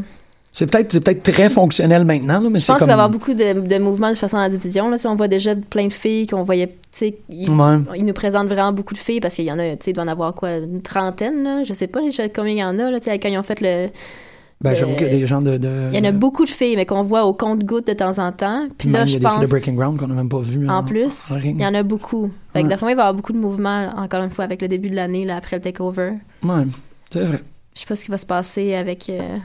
Speaker 3: C'est peut-être c'est peut-être très fonctionnel maintenant, là, mais
Speaker 4: Je
Speaker 3: c'est
Speaker 4: pense
Speaker 3: comme...
Speaker 4: qu'il va y avoir beaucoup de, de mouvements de façon à la division. Là. Tu sais, on voit déjà plein de filles qu'on voyait. tu sais, Ils,
Speaker 3: Ouais.
Speaker 4: ils nous présentent vraiment beaucoup de filles parce qu'il y en a, tu sais, il doit en avoir quoi, une trentaine, là? je sais pas déjà combien il y en a. Là, Tu sais, quand ils ont fait le.
Speaker 3: Ben, j'avoue qu'il y a des gens de... de-
Speaker 4: Il y en a beaucoup de filles, mais qu'on voit au compte-goutte de temps en temps. Puis là,
Speaker 3: Même, il y
Speaker 4: je
Speaker 3: a des filles
Speaker 4: pense.
Speaker 3: de Breaking Ground qu'on n'a même pas hein. vu.
Speaker 4: En plus,
Speaker 3: en ring.
Speaker 4: il y en a beaucoup. Fait que
Speaker 3: Ouais.
Speaker 4: d'après moi, il va y avoir beaucoup de mouvements, encore une fois, avec le début de l'année, là, après le takeover.
Speaker 3: Ouais, c'est vrai.
Speaker 4: Je sais pas ce qui va se passer avec, euh,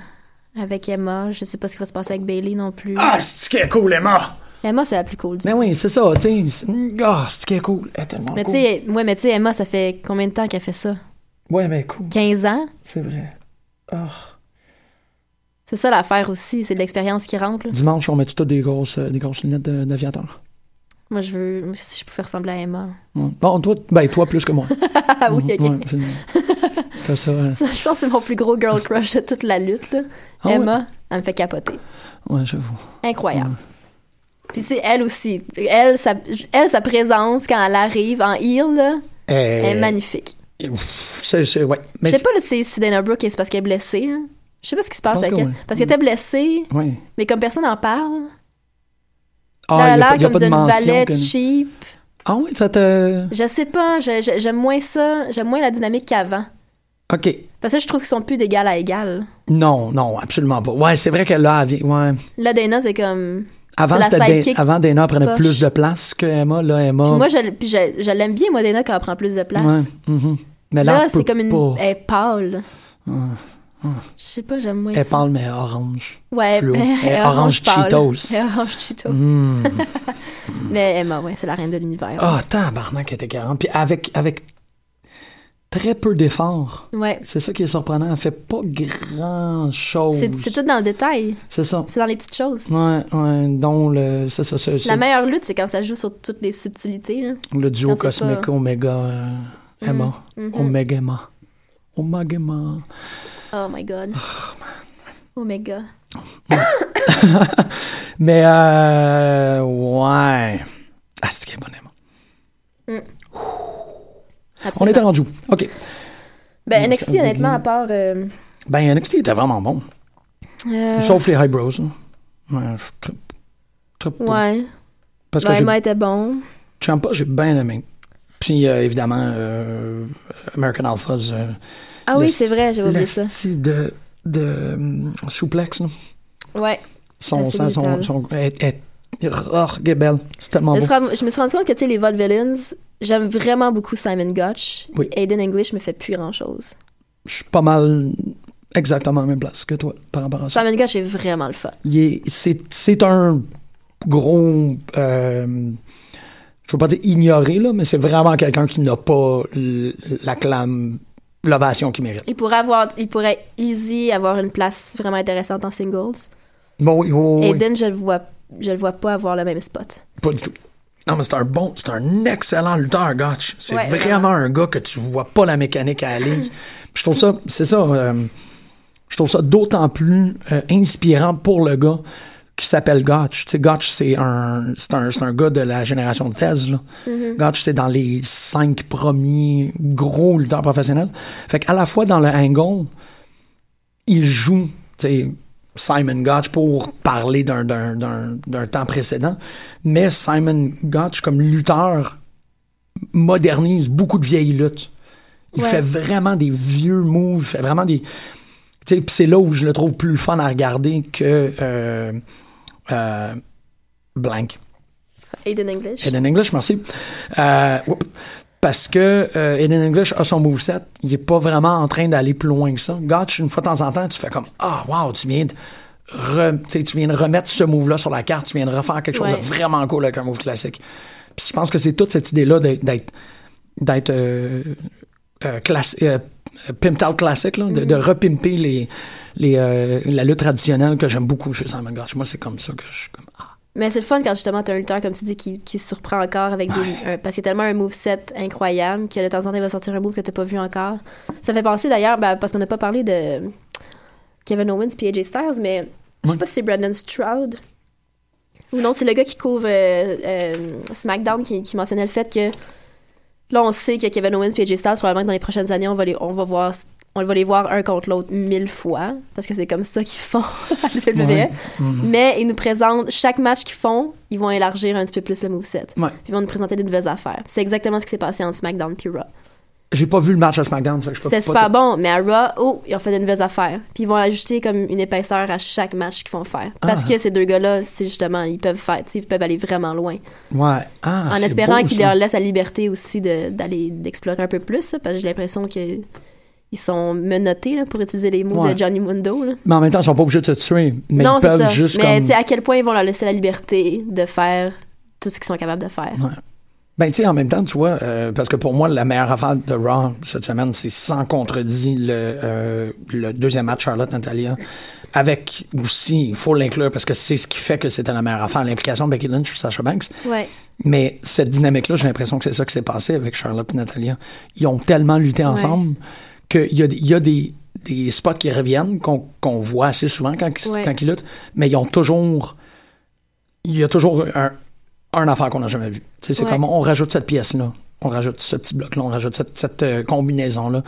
Speaker 4: avec Emma. Je sais pas ce qui va se passer avec Bailey non plus.
Speaker 3: Ah, c'est qui est cool, Emma!
Speaker 4: Emma, c'est la plus cool du
Speaker 3: Mais oui, c'est ça, tu sais. Ah, c'est qui est cool. Elle est tellement
Speaker 4: Mais tu
Speaker 3: cool.
Speaker 4: sais, ouais, mais tu sais, Emma, ça fait combien de temps qu'elle fait ça?
Speaker 3: Ouais, mais cool,
Speaker 4: 15 ans?
Speaker 3: c'est vrai. Ah.
Speaker 4: C'est ça l'affaire aussi, c'est de l'expérience qui rentre. là.
Speaker 3: Dimanche, on met toutes des grosses, euh, des grosses lunettes de- d'aviateur.
Speaker 4: Moi, je veux, si je pouvais ressembler à Emma.
Speaker 3: Ouais. Bon, toi, ben, toi plus que moi.
Speaker 4: Ah oui, ok.
Speaker 3: Mhm, Ouais, c'est- t'as ça, euh,
Speaker 4: Ça, je pense que c'est mon plus gros girl crush de toute la lutte, là.
Speaker 3: Ah ouais?
Speaker 4: Emma, elle me fait capoter.
Speaker 3: Ouais, j'avoue.
Speaker 4: Incroyable.
Speaker 3: Mhm.
Speaker 4: Puis c'est elle aussi. Elle sa, elle, sa présence quand elle arrive en heel, là, elle est magnifique.
Speaker 3: C'est, Euh, ben, c'est, ouais.
Speaker 4: Je
Speaker 3: Mais
Speaker 4: sais pas là, si si Dana Brooke, c'est parce qu'elle est blessée. là. Je sais pas ce qui se passe
Speaker 3: pense
Speaker 4: avec
Speaker 3: que
Speaker 4: elle.
Speaker 3: oui.
Speaker 4: Parce qu'elle était blessée,
Speaker 3: Ouais.
Speaker 4: mais comme personne n'en parle,
Speaker 3: Ah,
Speaker 4: là,
Speaker 3: y
Speaker 4: elle a
Speaker 3: pas- y
Speaker 4: l'air comme
Speaker 3: pas de
Speaker 4: d'une
Speaker 3: mention
Speaker 4: valette
Speaker 3: que-
Speaker 4: cheap.
Speaker 3: Ah oui, ça te...
Speaker 4: Je sais pas, je- je- j'aime moins ça, j'aime moins la dynamique qu'avant.
Speaker 3: OK.
Speaker 4: Parce que je trouve qu'ils sont plus d'égal à égal.
Speaker 3: Non, non, absolument pas. Ouais, c'est vrai que là, elle vient- ouais.
Speaker 4: Là, Dana, c'est comme.
Speaker 3: Avant,
Speaker 4: C'est la
Speaker 3: c'était Dan-
Speaker 4: sidekick
Speaker 3: avant Dana prenait
Speaker 4: poche.
Speaker 3: plus de place que Emma. Là, Emma.
Speaker 4: Puis moi, je, puis je- je l'aime bien, moi, Dana, quand elle prend plus de place.
Speaker 3: Ah. ouais, mhm. Mais là,
Speaker 4: Là,
Speaker 3: elle
Speaker 4: c'est
Speaker 3: peut
Speaker 4: comme une.
Speaker 3: pas. Ah,
Speaker 4: Elle est pâle. Je sais pas, j'aime moins
Speaker 3: Elle
Speaker 4: ça.
Speaker 3: parle, mais orange.
Speaker 4: Ouais,
Speaker 3: fluo.
Speaker 4: mais-
Speaker 3: Elle est orange
Speaker 4: pâle.
Speaker 3: Cheetos.
Speaker 4: Elle est orange Cheetos.
Speaker 3: Hmm.
Speaker 4: Mais Emma, ouais, c'est la reine de l'univers.
Speaker 3: Ah, tabarnak, elle était 40. Puis avec, avec très peu d'efforts.
Speaker 4: Ouais.
Speaker 3: C'est ça qui est surprenant. Elle fait pas grand-chose.
Speaker 4: C'est c'est tout dans le détail.
Speaker 3: C'est ça.
Speaker 4: C'est dans les petites choses.
Speaker 3: Ouais, ouais, dont le... C'est ça, c'est- c'est
Speaker 4: La meilleure lutte, c'est quand ça joue sur toutes les subtilités. là.
Speaker 3: le duo
Speaker 4: quand c'est
Speaker 3: cosmique
Speaker 4: pas- Mm. Mm-hmm.
Speaker 3: Omega... euh, Emma. Omega Emma. Omega Emma.
Speaker 4: Oh my god. Oh my god.
Speaker 3: Mais euh, ouais. Ah, c'est qu'elle est bonne, Emma. On était
Speaker 4: Absolument.
Speaker 3: rendu. où? OK.
Speaker 4: Ben, NXT, honnêtement, à part. euh,
Speaker 3: Ben, NXT était vraiment bon.
Speaker 4: euh,
Speaker 3: Sauf les high bros. hein. Ouais, je trip. Trip pas.
Speaker 4: Ouais.
Speaker 3: Parce que
Speaker 4: Ben,
Speaker 3: j'ai-
Speaker 4: Emma était bon.
Speaker 3: j'aime pas, j'ai bien aimé. Puis Puis euh, évidemment, euh, American Alphas. euh,
Speaker 4: Ah
Speaker 3: le
Speaker 4: oui,
Speaker 3: sti-
Speaker 4: c'est vrai, j'avais oublié
Speaker 3: le
Speaker 4: ça.
Speaker 3: sti de, de hum, souplex, là.
Speaker 4: Ouais.
Speaker 3: Son,
Speaker 4: Assez
Speaker 3: son, son,
Speaker 4: Ah, brutal.
Speaker 3: son- est, est, orgue est belle. C'est tellement
Speaker 4: Je me
Speaker 3: beau.
Speaker 4: suis ram- je me suis rendu compte que, tu sais, les vaudevillains, j'aime vraiment beaucoup Simon Gotch.
Speaker 3: Oui.
Speaker 4: Aiden English me fait plus grand-chose.
Speaker 3: Je suis pas mal exactement à la même place que toi par rapport à ça.
Speaker 4: Simon Gotch est vraiment le fun.
Speaker 3: Il est- c'est, c'est un gros. euh, je veux pas dire ignoré, là, mais c'est vraiment quelqu'un qui n'a pas l- l'acclame, l'ovation qu'il mérite.
Speaker 4: Il pourrait avoir, il pourrait easy avoir une place vraiment intéressante en singles.
Speaker 3: Bon, oui, oui, oui,
Speaker 4: Aiden, je le vois, je le vois pas avoir le même spot.
Speaker 3: pas du tout. Non, mais c'est un bon, c'est un excellent lutteur, Gotch. C'est
Speaker 4: Ouais,
Speaker 3: vraiment
Speaker 4: vraiment.
Speaker 3: un gars que tu vois pas la mécanique à aller. Puis je trouve ça, c'est ça, euh, je trouve ça d'autant plus euh, inspirant pour le gars qui s'appelle Gotch. Tu sais, Gotch, c'est un, c'est un, c'est un gars de la génération de Thèse, là.
Speaker 4: Mm-hmm.
Speaker 3: Gotch, c'est dans les cinq premiers gros lutteurs professionnels. Fait qu'à la fois dans le angle, il joue, tu sais, Simon Gotch pour parler d'un, d'un, d'un, d'un temps précédent. Mais Simon Gotch, comme lutteur, modernise beaucoup de vieilles luttes. Il
Speaker 4: Ouais.
Speaker 3: fait vraiment des vieux moves, il fait vraiment des. Tu sais, pis c'est là où je le trouve plus fun à regarder que euh, euh, Blank.
Speaker 4: Aiden English.
Speaker 3: Eden English, merci. Euh, oups. parce que euh, Eden English a son moveset. Il est pas vraiment en train d'aller plus loin que ça. Gotch, une fois de temps en temps, tu fais comme Ah, wow, tu viens de. re- tu sais, tu viens de remettre ce move-là sur la carte, tu viens de refaire quelque chose
Speaker 4: Ouais.
Speaker 3: de vraiment cool avec un move classique. Puis je pense que c'est toute cette idée-là d'être- d'être d'être euh, euh, classi- euh, pimped out classique, là, de,
Speaker 4: Mm-hmm.
Speaker 3: de repimper les, les, euh, la lutte traditionnelle que j'aime beaucoup chez Simon Gotch. Moi, c'est comme ça que je suis comme Ah,
Speaker 4: Mais c'est le fun quand justement t'as un lutteur, comme tu dis, qui, qui se surprend encore avec des. un- parce qu'il y a tellement un moveset incroyable que de temps en temps il va sortir un move que t'as pas vu encore. Ça fait penser d'ailleurs, ben, parce qu'on n'a pas parlé de Kevin Owens puis AJ Styles, mais je sais pas si c'est Brandon Stroud. Ou non, c'est le gars qui couvre euh, euh, SmackDown qui, qui mentionnait le fait que là on sait que Kevin Owens puis AJ Styles, probablement que dans les prochaines années, on va les, on va voir. On va les voir un contre l'autre mille fois, parce que c'est comme ça qu'ils font à WWE.
Speaker 3: Ouais.
Speaker 4: E. Mais ils nous présentent chaque match qu'ils font, ils vont élargir un petit peu plus le moveset.
Speaker 3: Ouais.
Speaker 4: Puis ils vont nous présenter des nouvelles affaires. C'est exactement ce qui s'est passé entre SmackDown puis Raw.
Speaker 3: j'ai pas vu le match à SmackDown. ça que je peux
Speaker 4: C'était
Speaker 3: pas te-
Speaker 4: super bon, mais à Raw, oh, ils ont fait des nouvelles affaires. Puis ils vont ajouter comme une épaisseur à chaque match qu'ils vont faire. Parce
Speaker 3: Ah.
Speaker 4: que ces deux gars-là, c'est justement, ils peuvent faire, tu sais, ils peuvent aller vraiment loin.
Speaker 3: Ouais. Ah,
Speaker 4: en
Speaker 3: c'est
Speaker 4: espérant
Speaker 3: beau,
Speaker 4: qu'ils
Speaker 3: ça.
Speaker 4: leur laissent la liberté aussi de- d'aller d'explorer un peu plus, ça, parce que j'ai l'impression que ils sont menottés là, pour utiliser les mots
Speaker 3: Ouais.
Speaker 4: de Johnny Mundo. là.
Speaker 3: Mais en même temps, ils sont pas obligés de se tuer. Mais
Speaker 4: non,
Speaker 3: ils
Speaker 4: c'est
Speaker 3: peuvent
Speaker 4: ça.
Speaker 3: juste
Speaker 4: mais tu
Speaker 3: comme.
Speaker 4: sais, à quel point ils vont leur laisser la liberté de faire tout ce qu'ils sont capables de faire.
Speaker 3: Ben, tu sais, en même temps, tu vois, euh, parce que pour moi, la meilleure affaire de Raw cette semaine, c'est sans contredit le, euh, le deuxième match Charlotte-Natalia. Avec aussi, il faut l'inclure parce que c'est ce qui fait que c'était la meilleure affaire, l'implication de Becky Lynch et Sasha Banks.
Speaker 4: Ouais.
Speaker 3: Mais cette dynamique-là, j'ai l'impression que c'est ça qui s'est passé avec Charlotte et Natalia. Ils ont tellement lutté ensemble qu'il y a, des- il y a des, des spots qui reviennent, qu'on qu'on voit assez souvent quand, ils-
Speaker 4: Ouais.
Speaker 3: quand ils luttent, mais ils ont toujours. Il y a toujours un, un affaire qu'on n'a jamais vu. Tu sais, C'est
Speaker 4: Ouais.
Speaker 3: comme on rajoute cette pièce-là, on rajoute ce petit bloc-là, on rajoute cette, cette, euh, combinaison-là.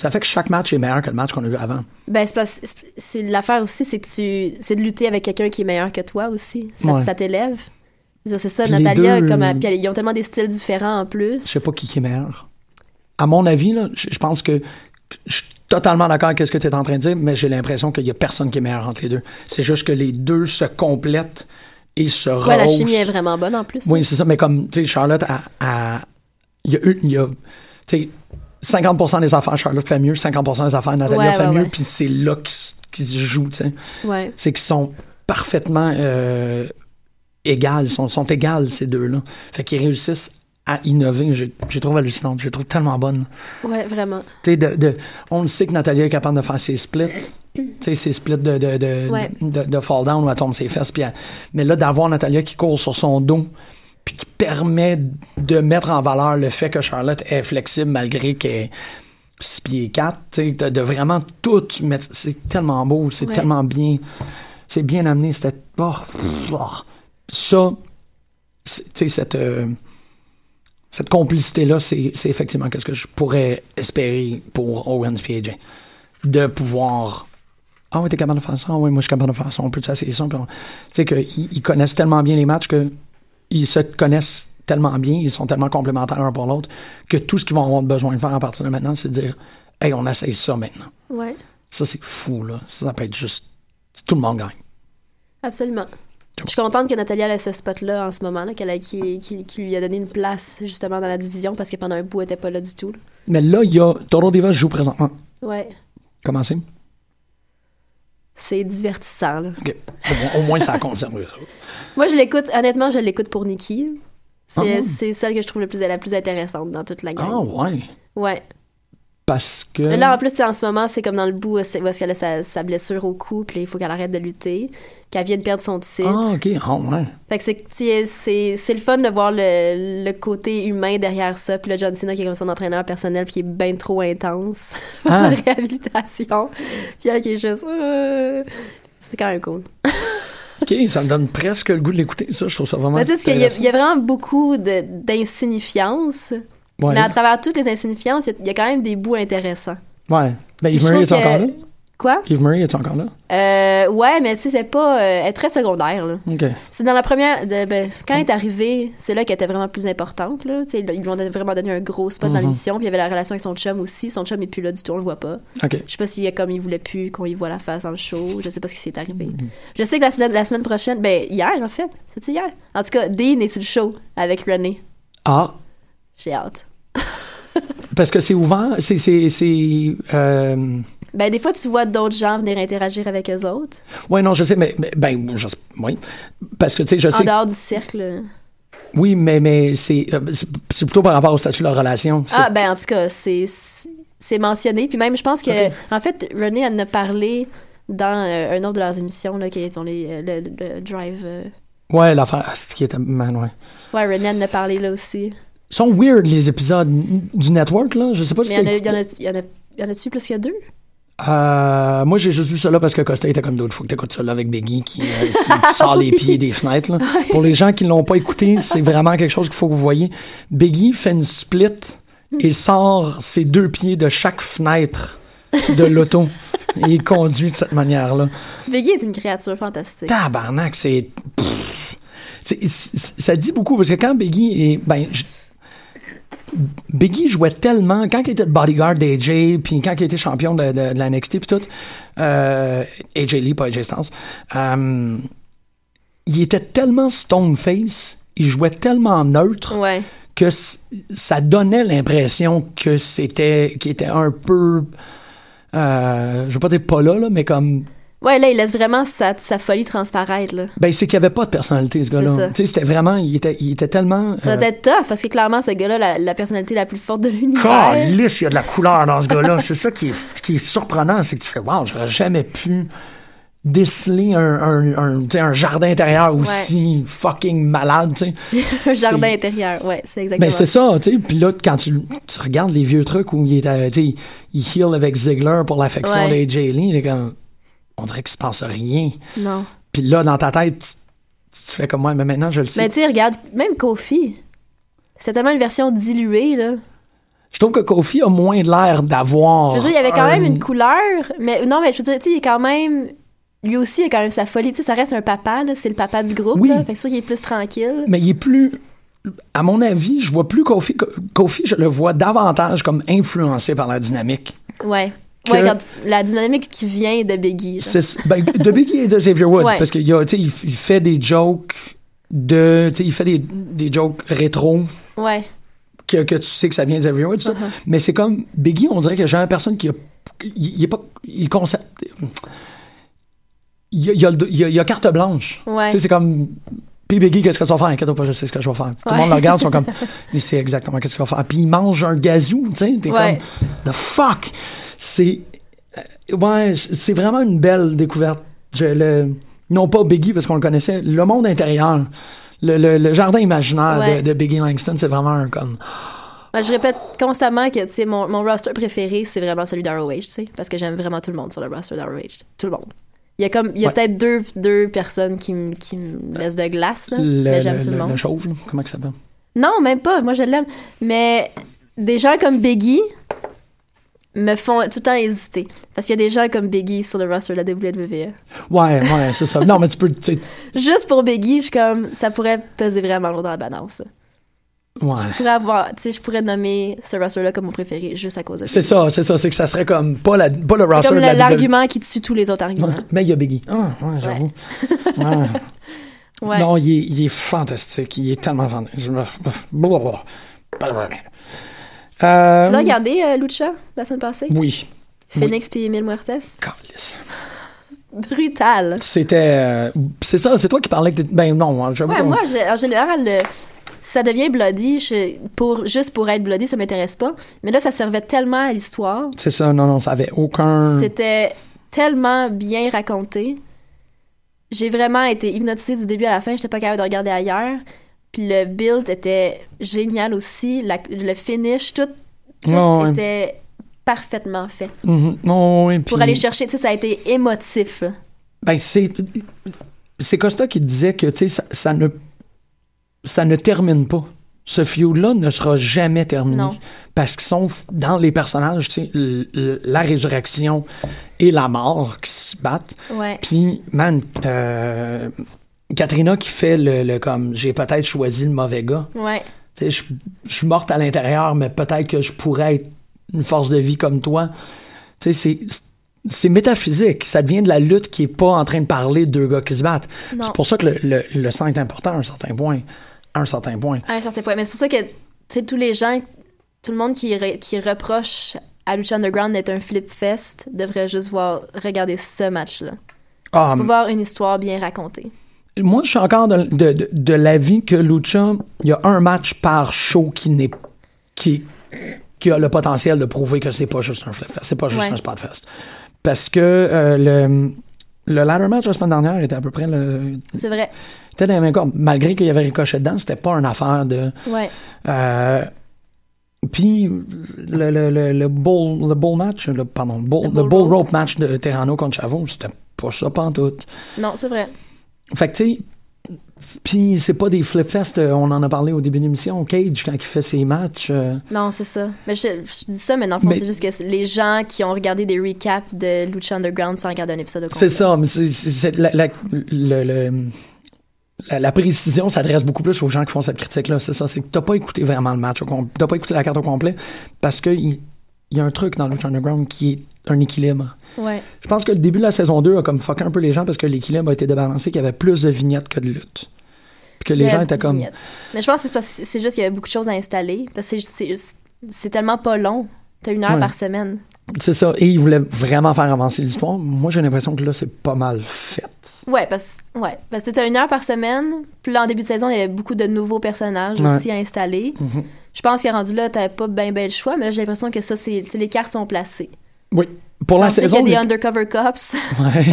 Speaker 3: Ça fait que chaque match est meilleur que le match qu'on a vu avant.
Speaker 4: Ben, c'est parce- c'est- c'est l'affaire aussi, c'est que tu. C'est de lutter avec quelqu'un qui est meilleur que toi aussi. Ça,
Speaker 3: Ouais.
Speaker 4: ça t'élève. Je veux dire, C'est ça,
Speaker 3: Puis les
Speaker 4: Natalia,
Speaker 3: deux,
Speaker 4: comme.
Speaker 3: euh,
Speaker 4: à- puis elles- ils ont tellement des styles différents en plus.
Speaker 3: Je sais pas qui qui est meilleur. À mon avis, là, je je pense que je suis totalement d'accord avec ce que tu es en train de dire, mais j'ai l'impression qu'il y a personne qui est meilleur entre les deux. C'est juste que les deux se complètent et se
Speaker 4: Ouais, la
Speaker 3: rehaussent.
Speaker 4: chimie est vraiment bonne en plus.
Speaker 3: Oui, c'est ça, mais comme, tu sais, Charlotte, a- a- il y a une, il y a, tu sais, 50% des affaires, Charlotte fait mieux, 50% des affaires, Nathalie
Speaker 4: Ouais,
Speaker 3: fait
Speaker 4: ouais,
Speaker 3: mieux,
Speaker 4: ouais.
Speaker 3: puis c'est là qu'ils s- qu'ils se jouent, tu sais
Speaker 4: Ouais.
Speaker 3: c'est qu'ils sont parfaitement euh, égales, sont, sont égales ces deux-là. Fait qu'ils réussissent à innover. J'ai j'ai trouvé hallucinante, je les trouve tellement bonne.
Speaker 4: Ouais, vraiment.
Speaker 3: Tu sais, de, de- on le sait que Nathalie est capable de faire ses splits, tu sais, ses splits de, de, de,
Speaker 4: Ouais.
Speaker 3: de, de fall down où elle tombe ses fesses. puis elle- mais là, d'avoir Natalia qui court sur son dos, puis qui permet de mettre en valeur le fait que Charlotte est flexible malgré qu'elle est 6 pieds 4, tu sais, de, de vraiment tout mettre. C'est tellement beau, c'est
Speaker 4: Ouais.
Speaker 3: tellement bien. C'est bien amené, c'était. oh, pff, oh. Ça, c'est- tu sais, cette. euh, cette complicité-là, c'est c'est effectivement ce que je pourrais espérer pour Owens et AJ. De pouvoir. Ah oui, t'es capable de faire ça. Ah oui, moi, je suis capable de faire ça. On peut essayer ça. Puis on- Tu sais, qu'ils connaissent tellement bien les matchs que ils se connaissent tellement bien, ils sont tellement complémentaires un pour l'autre, que tout ce qu'ils vont avoir besoin de faire à partir de maintenant, c'est de dire Hey, on essaye ça maintenant.
Speaker 4: Ouais,
Speaker 3: Ça, c'est fou, là. Ça, ça peut être juste. Tout le monde gagne.
Speaker 4: absolument. Je suis contente que Nathalie ait ce spot-là en ce moment, là, qu'elle a, qui, qui, qui lui a donné une place justement dans la division parce que pendant un bout, elle était pas là du tout. là.
Speaker 3: Mais là, il y a. Toro Deva joue présentement.
Speaker 4: Ouais,
Speaker 3: Comment c'est
Speaker 4: c'est divertissant. là.
Speaker 3: Ok. Au moins- Au moins, ça concerne ça.
Speaker 4: Moi, je l'écoute, honnêtement, je l'écoute pour Nikki. C'est,
Speaker 3: Ah.
Speaker 4: c'est celle que je trouve la plus, la plus intéressante dans toute la
Speaker 3: Ah,
Speaker 4: gang.
Speaker 3: ouais. Euh.
Speaker 4: Ouais.
Speaker 3: Parce que.
Speaker 4: Là, en plus, tu sais, en ce moment, c'est comme dans le bout où c'est- où est-ce qu'elle a sa, sa blessure au cou, puis là, il faut qu'elle arrête de lutter, qu'elle vienne perdre son titre.
Speaker 3: Ah, ok. Ah, ouais.
Speaker 4: Fait que c'est, c'est, c'est- c'est le fun de voir le, le côté humain derrière ça. Puis là, John Cena qui est comme son entraîneur personnel, puis qui est bien trop intense pour
Speaker 3: Ah.
Speaker 4: sa réhabilitation. Puis elle qui est juste... euh, C'est quand même cool.
Speaker 3: Ok, ça me donne presque le goût de l'écouter, ça. Je trouve ça vraiment.
Speaker 4: Mais Ben, tu sais, ce qu'il y a-
Speaker 3: intéressant.
Speaker 4: il y, a vraiment beaucoup de, d'insignifiance,
Speaker 3: Ouais.
Speaker 4: mais à travers toutes les insignifiances, il y a- il y, a quand même des bouts intéressants.
Speaker 3: ouais. Ben, Yves
Speaker 4: Puis je
Speaker 3: Murray est
Speaker 4: trouve
Speaker 3: encore là.
Speaker 4: que- Quoi?
Speaker 3: Yves Murray est encore là.
Speaker 4: Euh, ouais, mais tu sais, c'est pas... euh, elle est très secondaire, là.
Speaker 3: Ok.
Speaker 4: C'est dans la première. de- ben, quand elle est arrivée, c'est là qu'elle était vraiment plus importante. Là. Tu sais, Ils lui ont don- vraiment donné un gros spot dans l'émission. Puis il y avait la relation avec son chum aussi. Son chum est plus là du tout, on le voit pas.
Speaker 3: Ok.
Speaker 4: Je sais pas s'il a comme il voulait plus qu'on y voit la face dans le show. Je sais pas ce qui s'est arrivé. Je sais que la semaine, la semaine prochaine, ben hier en fait, c'est-tu hier? En tout cas, Dean est sur le show avec René.
Speaker 3: Ah,
Speaker 4: J'ai hâte.
Speaker 3: parce que c'est ouvert. C'est. c'est, c'est euh,
Speaker 4: Ben des fois tu vois d'autres gens venir interagir avec eux autres.
Speaker 3: Ouais, non, je sais, mais. mais- ben, je sais. Oui. Parce que, tu sais, je
Speaker 4: En
Speaker 3: sais.
Speaker 4: dehors du cercle.
Speaker 3: Oui, mais, mais c'est, euh, c'est c'est plutôt par rapport au statut de la relation. C'est-
Speaker 4: Ah, ben en tout cas, c'est c'est mentionné. Puis même, je pense que, en fait, René, elle en a parlé dans euh, un autre de leurs émissions, là, qui est on les, euh, le, le Drive. euh.
Speaker 3: Ouais, l'affaire. ah, C'est qui était. Man, ouais.
Speaker 4: Ouais, René, elle en a parlé là aussi.
Speaker 3: Ils sont weird, les épisodes du network, là. Je sais pas si
Speaker 4: Mais il y en a-
Speaker 3: t'as-
Speaker 4: il y en a- il y en a- il y en a-tu plus que deux?
Speaker 3: Euh, moi, j'ai juste vu ça là parce que Costa était comme d'autres fois que t'écoutes ça là avec Beggy qui, euh, qui, qui sort les pieds des fenêtres. là. Pour les gens qui l'ont pas écouté, c'est vraiment quelque chose qu'il faut que vous voyez. Beggy fait une split et sort ses deux pieds de chaque fenêtre de l'auto. et il conduit de cette manière-là.
Speaker 4: Biggie est une créature fantastique.
Speaker 3: Tabarnak, c'est... pff, c'est- c'est- Ça dit beaucoup, parce que quand Biggie est... Ben, je- Biggie jouait tellement... Quand il était le bodyguard d'AJ, puis quand il était champion de, de, de la NXT, puis tout, euh, AJ Lee, pas AJ Styles, euh, il était tellement stone face, il jouait tellement neutre
Speaker 4: Ouais.
Speaker 3: que c- ça donnait l'impression que c'était... qu'il était un peu... Euh, je veux pas dire pas là, là, mais comme
Speaker 4: Ouais, là, il laisse vraiment sa, sa folie transparaître, là.
Speaker 3: ben, c'est qu'il n'y avait pas de personnalité, ce
Speaker 4: C'est
Speaker 3: gars-là.
Speaker 4: ça.
Speaker 3: Tu sais, c'était vraiment, il était, il était tellement.
Speaker 4: Ça
Speaker 3: euh,
Speaker 4: doit être tough, parce que clairement, ce gars-là, la, la personnalité la plus forte de l'univers.
Speaker 3: Calisse, il y a de la couleur dans ce gars-là. C'est ça qui est, qui est surprenant, c'est que tu fais, wow, j'aurais jamais pu déceler un, un, un, tu sais, un jardin intérieur aussi fucking malade, tu sais.
Speaker 4: Un jardin
Speaker 3: C'est-
Speaker 4: intérieur, ouais, c'est exactement.
Speaker 3: Ben, c'est ça, tu sais. Puis là, quand tu, tu regardes les vieux trucs où il était, tu sais, il heal avec Ziggler pour l'affection
Speaker 4: Ouais.
Speaker 3: des Jay Lee, c'est comme, on dirait qu'il se passe rien.
Speaker 4: Non.
Speaker 3: Puis là, dans ta tête, tu, tu fais comme moi, mais maintenant, je le sais.
Speaker 4: Mais tu sais, regarde, même Kofi, c'est tellement une version diluée, là.
Speaker 3: Je trouve que Kofi a moins l'air d'avoir.
Speaker 4: Je veux dire, il y avait quand
Speaker 3: un-
Speaker 4: même une couleur, mais non, mais je veux dire, tu sais, il est quand même. Lui aussi, il a quand même sa folie. Tu sais, ça reste un papa, là. C'est le papa du groupe,
Speaker 3: Oui.
Speaker 4: là. Fait que sûr qu'il est plus tranquille.
Speaker 3: Mais il est plus. À mon avis, je vois plus Kofi. Ko- Kofi, je le vois davantage comme influencé par la dynamique.
Speaker 4: Ouais.
Speaker 3: Que-
Speaker 4: Ouais, quand la dynamique qui vient de Biggie. genre.
Speaker 3: C'est, ben, de Biggie et de Xavier Woods,
Speaker 4: Ouais.
Speaker 3: parce qu'il y a, tu sais, il, il fait des jokes de, tu sais, il fait des, des jokes rétro
Speaker 4: Ouais.
Speaker 3: que, que tu sais que ça vient de Xavier Woods, tout.
Speaker 4: Uh-huh.
Speaker 3: mais c'est comme Biggie, on dirait que j'ai personne qui a, il, il est pas, il concept, il y a, il y a le- il y a- il y a carte blanche.
Speaker 4: Ouais.
Speaker 3: Tu sais, c'est comme, puis Biggie, qu'est-ce que tu vas faire? Inquiète pas, je sais ce que je vais faire. Tout le
Speaker 4: Ouais.
Speaker 3: monde le regarde, ils sont comme, il sait exactement qu'est-ce qu'il va faire. Puis il mange un gazou, tu sais, t'es
Speaker 4: Ouais.
Speaker 3: comme, the fuck, c'est, euh, ouais, c'est vraiment une belle découverte. Je le, non pas Biggie parce qu'on le connaissait, le monde intérieur. Le, le- le jardin imaginaire de-
Speaker 4: Ouais.
Speaker 3: de, Biggie Langston, c'est vraiment un comme.
Speaker 4: Ouais, je répète constamment que, tu sais, mon, mon roster préféré, c'est vraiment celui d'ROH, tu sais. Parce que j'aime vraiment tout le monde sur le roster d'ROH. Tout le monde. Il y a comme, il y a
Speaker 3: Ouais.
Speaker 4: peut-être deux, deux personnes qui me qui me laissent de glace, là,
Speaker 3: le,
Speaker 4: mais j'aime
Speaker 3: le-
Speaker 4: tout le,
Speaker 3: le-
Speaker 4: monde.
Speaker 3: le chauve, là. comment ça s'appelle?
Speaker 4: Non, même pas. Moi, je l'aime. Mais des gens comme Biggie me font tout le temps hésiter. Parce qu'il y a des gens comme Biggie sur le roster de la E. WWE.
Speaker 3: Ouais, ouais, c'est ça. Non, mais tu peux, tu sais,
Speaker 4: Juste pour Biggie, je suis comme, ça pourrait peser vraiment lourd dans la balance.
Speaker 3: Ouais.
Speaker 4: Je pourrais avoir, tu sais, je pourrais nommer ce roster-là comme mon préféré juste à cause de
Speaker 3: C'est ça, c'est ça. C'est que ça serait comme pas, la, pas le
Speaker 4: C'est
Speaker 3: roster
Speaker 4: comme
Speaker 3: de la E.
Speaker 4: la-
Speaker 3: WWE.
Speaker 4: l'argument qui tue tous les autres arguments.
Speaker 3: Mais il y a Biggie. Ah, ouais, j'avoue. Ouais.
Speaker 4: Ouais.
Speaker 3: Non, il est, il est fantastique. Il est tellement fantastique. Je me- Blablabla. Blablabla. Euh,
Speaker 4: Tu l'as regardé, euh, Lucha, la semaine passée?
Speaker 3: Oui.
Speaker 4: Phoenix puis Emile Muertes?
Speaker 3: Câlisse.
Speaker 4: Brutal!
Speaker 3: C'était. euh, c'est ça, c'est toi qui parlais que t'étais- Ben non, j'avoue.
Speaker 4: Ouais, moi, je- en général, le- ça devient bloody. je- pour, juste pour être bloody, ça m'intéresse pas. Mais là, ça servait tellement à l'histoire.
Speaker 3: C'est ça, non, non, ça avait aucun.
Speaker 4: C'était tellement bien raconté. J'ai vraiment été hypnotisée du début à la fin. J'étais pas capable de regarder ailleurs. Puis le build était génial aussi. La- le finish, tout, tout
Speaker 3: Ouais, ouais.
Speaker 4: était parfaitement fait.
Speaker 3: Mhm. Non, oui,
Speaker 4: Pour
Speaker 3: puis-
Speaker 4: aller chercher, tu sais, ça a été émotif. là.
Speaker 3: Ben, c'est. C'est Costa qui disait que, tu sais, ça, ça ne. Ça ne termine pas. Ce feud-là ne sera jamais terminé.
Speaker 4: Non.
Speaker 3: Parce qu'ils sont f- dans les personnages, tu sais, l- l- la résurrection et la mort qui se battent.
Speaker 4: Ouais.
Speaker 3: Puis, man, euh, Katrina qui fait le, le comme j'ai peut-être choisi le mauvais gars.
Speaker 4: Ouais.
Speaker 3: Tu sais, je je suis morte à l'intérieur, mais peut-être que je pourrais être une force de vie comme toi. Tu sais, c'est- c'est métaphysique. Ça devient de la lutte qui est pas en train de parler de deux gars qui se battent.
Speaker 4: Non.
Speaker 3: C'est pour ça que le, le- le sang est important à un certain point. À un certain point.
Speaker 4: À un certain point. Mais c'est pour ça que, tu sais, tous les gens, tout le monde qui, re- qui reproche à Lucha Underground d'être un flip fest devrait juste voir, regarder ce match-là.
Speaker 3: Ah,
Speaker 4: Pour voir une histoire bien racontée.
Speaker 3: moi, je suis encore de, de, de- de l'avis que Lucha, il y a un match par show qui n'est qui, qui a le potentiel de prouver que c'est pas juste un flip fest, c'est pas juste
Speaker 4: Ouais.
Speaker 3: un spot fest. Parce que euh, le, le ladder match la semaine dernière était à peu près le
Speaker 4: C'est vrai.
Speaker 3: C'était dans les mêmes cordes. Malgré qu'il y avait ricochet dedans, c'était pas une affaire de.
Speaker 4: Ouais.
Speaker 3: euh, puis le, le, le, le bull, le bull match, le, pardon, bull-
Speaker 4: Le
Speaker 3: le
Speaker 4: bull
Speaker 3: bull,
Speaker 4: rope.
Speaker 3: rope. match de Terrano contre Chavo, c'était pas ça pantoute.
Speaker 4: Non, c'est vrai.
Speaker 3: Fait que tu sais, puis c'est pas des flip fest, euh, on en a parlé au début de l'émission, Cage quand il fait ses matchs. euh,
Speaker 4: Non, c'est ça. Mais je, je dis ça, mais dans le fond,
Speaker 3: Mais-
Speaker 4: c'est juste que c'est- les gens qui ont regardé des recaps de Lucha Underground sans regarder un épisode de
Speaker 3: c'est ça, mais c'est- c'est c'est la, la, le- le- la- la précision s'adresse beaucoup plus aux gens qui font cette critique-là. C'est ça, c'est que t'as pas écouté vraiment le match, au com- t'as pas écouté la carte au complet, parce que il il y a un truc dans Lucha Underground qui est un équilibre.
Speaker 4: Ouais.
Speaker 3: Je pense que le début de la saison 2 a comme fucké un peu les gens parce que l'équilibre a été débalancé, qu'il y avait plus de vignettes que de luttes. Puis que les gens étaient comme.
Speaker 4: Mais je pense que c'est parce que c'est juste qu'il y avait beaucoup de choses à installer. Parce que c'est- c'est c'est tellement pas long. T'as une heure
Speaker 3: Ouais.
Speaker 4: par semaine.
Speaker 3: C'est ça, et ils voulaient vraiment faire avancer l'histoire. Moi, j'ai l'impression que là, c'est pas mal fait.
Speaker 4: Ouais, parce, ouais, parce que c'était une heure par semaine. Puis là, en début de saison, il y avait beaucoup de nouveaux personnages
Speaker 3: Ouais. Mm-hmm.
Speaker 4: aussi à installer. Je pense qu'à rendu là, t'avais pas bien bel choix, mais là, j'ai l'impression que ça, c'est. tu sais, Les cartes sont placées.
Speaker 3: Oui. Pour la
Speaker 4: Sans dire
Speaker 3: saison.
Speaker 4: qu'il y
Speaker 3: les-
Speaker 4: a des undercover cops.
Speaker 3: Ouais. Puis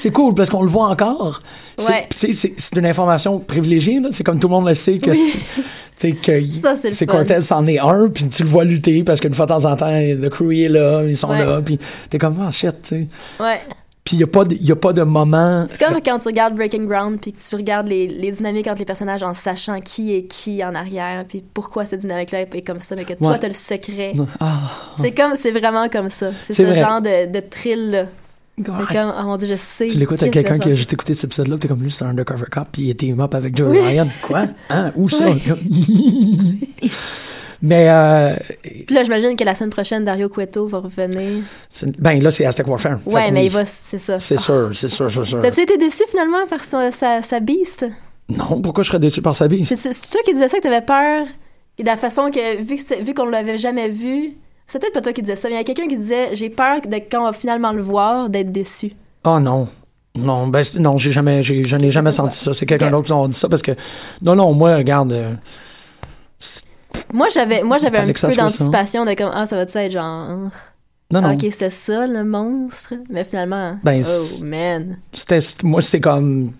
Speaker 3: c'est cool parce qu'on le voit encore. C'est-
Speaker 4: Ouais.
Speaker 3: tu sais, C'est c'est une information privilégiée. là. C'est comme tout le monde le sait que c'est- tu sais, que il-
Speaker 4: Ça, c'est le
Speaker 3: c'est
Speaker 4: fun.
Speaker 3: Cortez c'en est un, puis tu le vois lutter parce qu'une fois de temps en temps, le crew il est là, ils sont
Speaker 4: Ouais.
Speaker 3: là, puis t'es comme ah shit. tu sais.
Speaker 4: ouais.
Speaker 3: Puis il n'y a, pas de- il y a pas de moment.
Speaker 4: C'est comme quand tu regardes Breaking Ground puis que tu regardes les, les dynamiques entre les personnages en sachant qui est qui en arrière puis pourquoi cette dynamique-là est comme ça, mais que toi,
Speaker 3: Ouais.
Speaker 4: t'as le secret.
Speaker 3: Ah,
Speaker 4: C'est comme, c'est vraiment comme ça. C'est
Speaker 3: C'est
Speaker 4: ce
Speaker 3: vrai.
Speaker 4: genre de, de thrill-là.
Speaker 3: God.
Speaker 4: C'est comme, oh mon dieu, je sais.
Speaker 3: Tu l'écoutes à
Speaker 4: qu'est-ce
Speaker 3: quelqu'un
Speaker 4: ça
Speaker 3: qui a
Speaker 4: va-
Speaker 3: juste écouté cet épisode-là, puis t'es comme lui, c'est un undercover cop, puis il était up avec Joe
Speaker 4: Oui.
Speaker 3: Ryan. Quoi? Hein? Où ça?
Speaker 4: Oui.
Speaker 3: Mais euh,
Speaker 4: Puis là, j'imagine que la semaine prochaine, Dario Cueto va revenir.
Speaker 3: c'est- ben là, c'est Aztec Warfare. Fait
Speaker 4: Ouais,
Speaker 3: que
Speaker 4: mais
Speaker 3: oui.
Speaker 4: il va, c'est ça.
Speaker 3: C'est
Speaker 4: Ah.
Speaker 3: sûr, c'est sûr, c'est sûr.
Speaker 4: T'as-tu été déçu finalement par son- sa, sa beast?
Speaker 3: Non, pourquoi je serais déçu par sa bille?
Speaker 4: C'est c'est toi qui disais ça que t'avais peur et de la façon que, vu que c'était- vu qu'on l'avait jamais vu, c'est peut-être pas toi qui disais ça, mais il y a quelqu'un qui disait J'ai peur de quand on va finalement le voir, d'être déçu.
Speaker 3: Oh non. Non, ben, c'est- non, j'ai jamais, j'ai, je n'ai jamais senti ça. C'est quelqu'un
Speaker 4: Ok.
Speaker 3: d'autre qui m'a dit ça parce que, non, non, moi, regarde, euh,
Speaker 4: Moi, j'avais moi j'avais un
Speaker 3: Fallait que
Speaker 4: petit
Speaker 3: ça
Speaker 4: peu
Speaker 3: soit ça. hein.
Speaker 4: d'anticipation de comme Ah, ça va-tu être genre.
Speaker 3: non, non.
Speaker 4: Ah, ok, c'était ça le monstre. Mais finalement,
Speaker 3: Ben,
Speaker 4: oh
Speaker 3: c'est-
Speaker 4: man.
Speaker 3: C'était, c'est- moi, c'est comme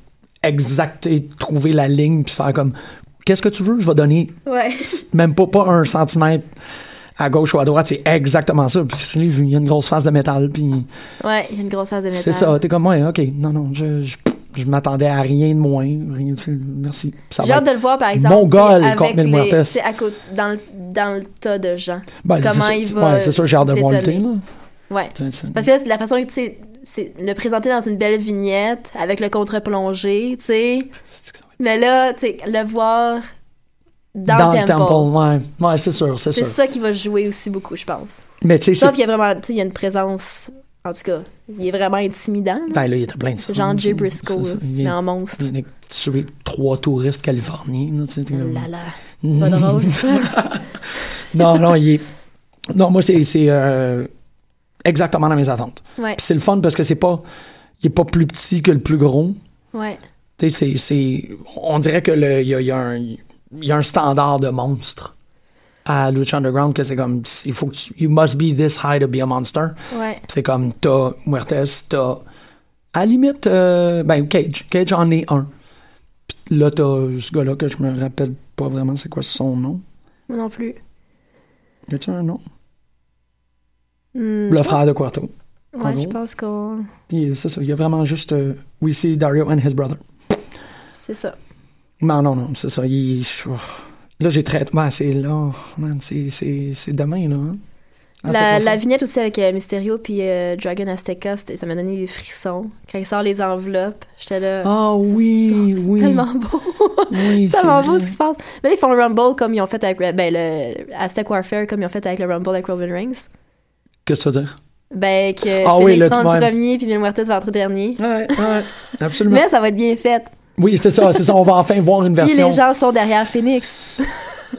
Speaker 3: exacter, trouver la ligne puis faire comme, qu'est-ce que tu veux? Je vais donner
Speaker 4: Ouais.
Speaker 3: même pas, pas un centimètre à gauche ou à droite. C'est exactement ça. Puis je l'ai vu, il y a une grosse face de métal puis
Speaker 4: Ouais, il y a une grosse phase de métal.
Speaker 3: c'est ça. T'es comme, ouais, ok, non, non, je, je, je m'attendais à rien de moins. Rien de- merci. Ça
Speaker 4: J'ai
Speaker 3: va
Speaker 4: hâte de
Speaker 3: être-
Speaker 4: le voir, par exemple.
Speaker 3: Mongol
Speaker 4: tu sais,
Speaker 3: contre Mil
Speaker 4: les-
Speaker 3: Muertes.
Speaker 4: tu sais, à côté- dans, le- dans le tas de gens.
Speaker 3: Ben,
Speaker 4: comment
Speaker 3: c'est
Speaker 4: il
Speaker 3: sûr-
Speaker 4: va
Speaker 3: ouais, c'est sûr, j'ai hâte de le voir lutter,
Speaker 4: détonner.
Speaker 3: là.
Speaker 4: Ouais.
Speaker 3: C'est- c'est-
Speaker 4: Parce que là, c'est de la façon que, tu sais, c'est le présenter dans une belle vignette avec le contre-plongée, tu sais. Mais là, tu sais, le voir dans, le temple.
Speaker 3: ouais. Ouais, c'est sûr, c'est
Speaker 4: C'est
Speaker 3: sûr.
Speaker 4: ça qui va jouer aussi beaucoup, je pense.
Speaker 3: Mais tu sais,
Speaker 4: Sauf
Speaker 3: c'est-
Speaker 4: qu'il y a vraiment, tu sais, il y a une présence, en tout cas, il est vraiment intimidant. là.
Speaker 3: ben là, il était plein de ça.
Speaker 4: C'est genre Jay
Speaker 3: C'est-
Speaker 4: Briscoe,
Speaker 3: c'est ça.
Speaker 4: là,
Speaker 3: Il
Speaker 4: mais
Speaker 3: est-
Speaker 4: en monstre.
Speaker 3: il est tué trois touristes californiens, là, tu sais. t'es
Speaker 4: Oh
Speaker 3: comme-
Speaker 4: là là, c'est pas drôle, ça.
Speaker 3: Non, non, il est. Non, moi, c'est c'est, euh, exactement dans mes attentes.
Speaker 4: Ouais,
Speaker 3: Puis c'est le fun parce que c'est pas. Il est pas plus petit que le plus gros.
Speaker 4: ouais.
Speaker 3: Tu sais, c'est- c'est. On dirait que le- il y a, il y a un. il y a un standard de monstre à Lucha Underground que c'est comme. Il faut que tu. You must be this high to be a monster.
Speaker 4: Ouais,
Speaker 3: C'est comme t'as Muertes, t'as. À la limite, euh, ben Cage. Cage en est un. Puis là, t'as ce gars-là que je me rappelle pas vraiment c'est quoi son nom.
Speaker 4: moi non plus.
Speaker 3: Y a-tu un nom?
Speaker 4: Hmm,
Speaker 3: Le frère de Quarto.
Speaker 4: ouais, je
Speaker 3: Pardon?
Speaker 4: pense qu'on.
Speaker 3: Il- C'est ça. Il y a vraiment juste. euh, we see Dario and his brother.
Speaker 4: C'est ça.
Speaker 3: Non, non, non, c'est ça. Il- oh. Là, j'ai très. Ouais, c'est là. oh, man, c'est- c'est c'est demain, là. hein. Ah,
Speaker 4: La,
Speaker 3: t'as pas
Speaker 4: la
Speaker 3: fait.
Speaker 4: vignette aussi avec euh, Mysterio puis euh, Dragon Azteca, c'était- ça m'a donné des frissons. Quand il sort les enveloppes, j'étais là.
Speaker 3: Ah
Speaker 4: c'est
Speaker 3: oui,
Speaker 4: ça, c'est
Speaker 3: oui.
Speaker 4: Tellement beau.
Speaker 3: Oui,
Speaker 4: C'est tellement
Speaker 3: c'est
Speaker 4: beau
Speaker 3: vrai.
Speaker 4: ce qui se passe. Mais là, ils font le Rumble comme ils ont fait avec le- ben, le Aztec Warfare, comme ils ont fait avec le Rumble avec Robin Reigns.
Speaker 3: Qu'est-ce que ça veut dire?
Speaker 4: Ben, que
Speaker 3: Ah
Speaker 4: Phoenix
Speaker 3: oui, le-
Speaker 4: prend le
Speaker 3: ouais.
Speaker 4: premier puis Mil Muertes va le dernier.
Speaker 3: Ouais, ouais. Absolument.
Speaker 4: Mais ça va être bien fait.
Speaker 3: Oui, c'est ça, c'est ça. On va enfin voir une
Speaker 4: Puis
Speaker 3: version.
Speaker 4: les gens sont derrière Phoenix. tu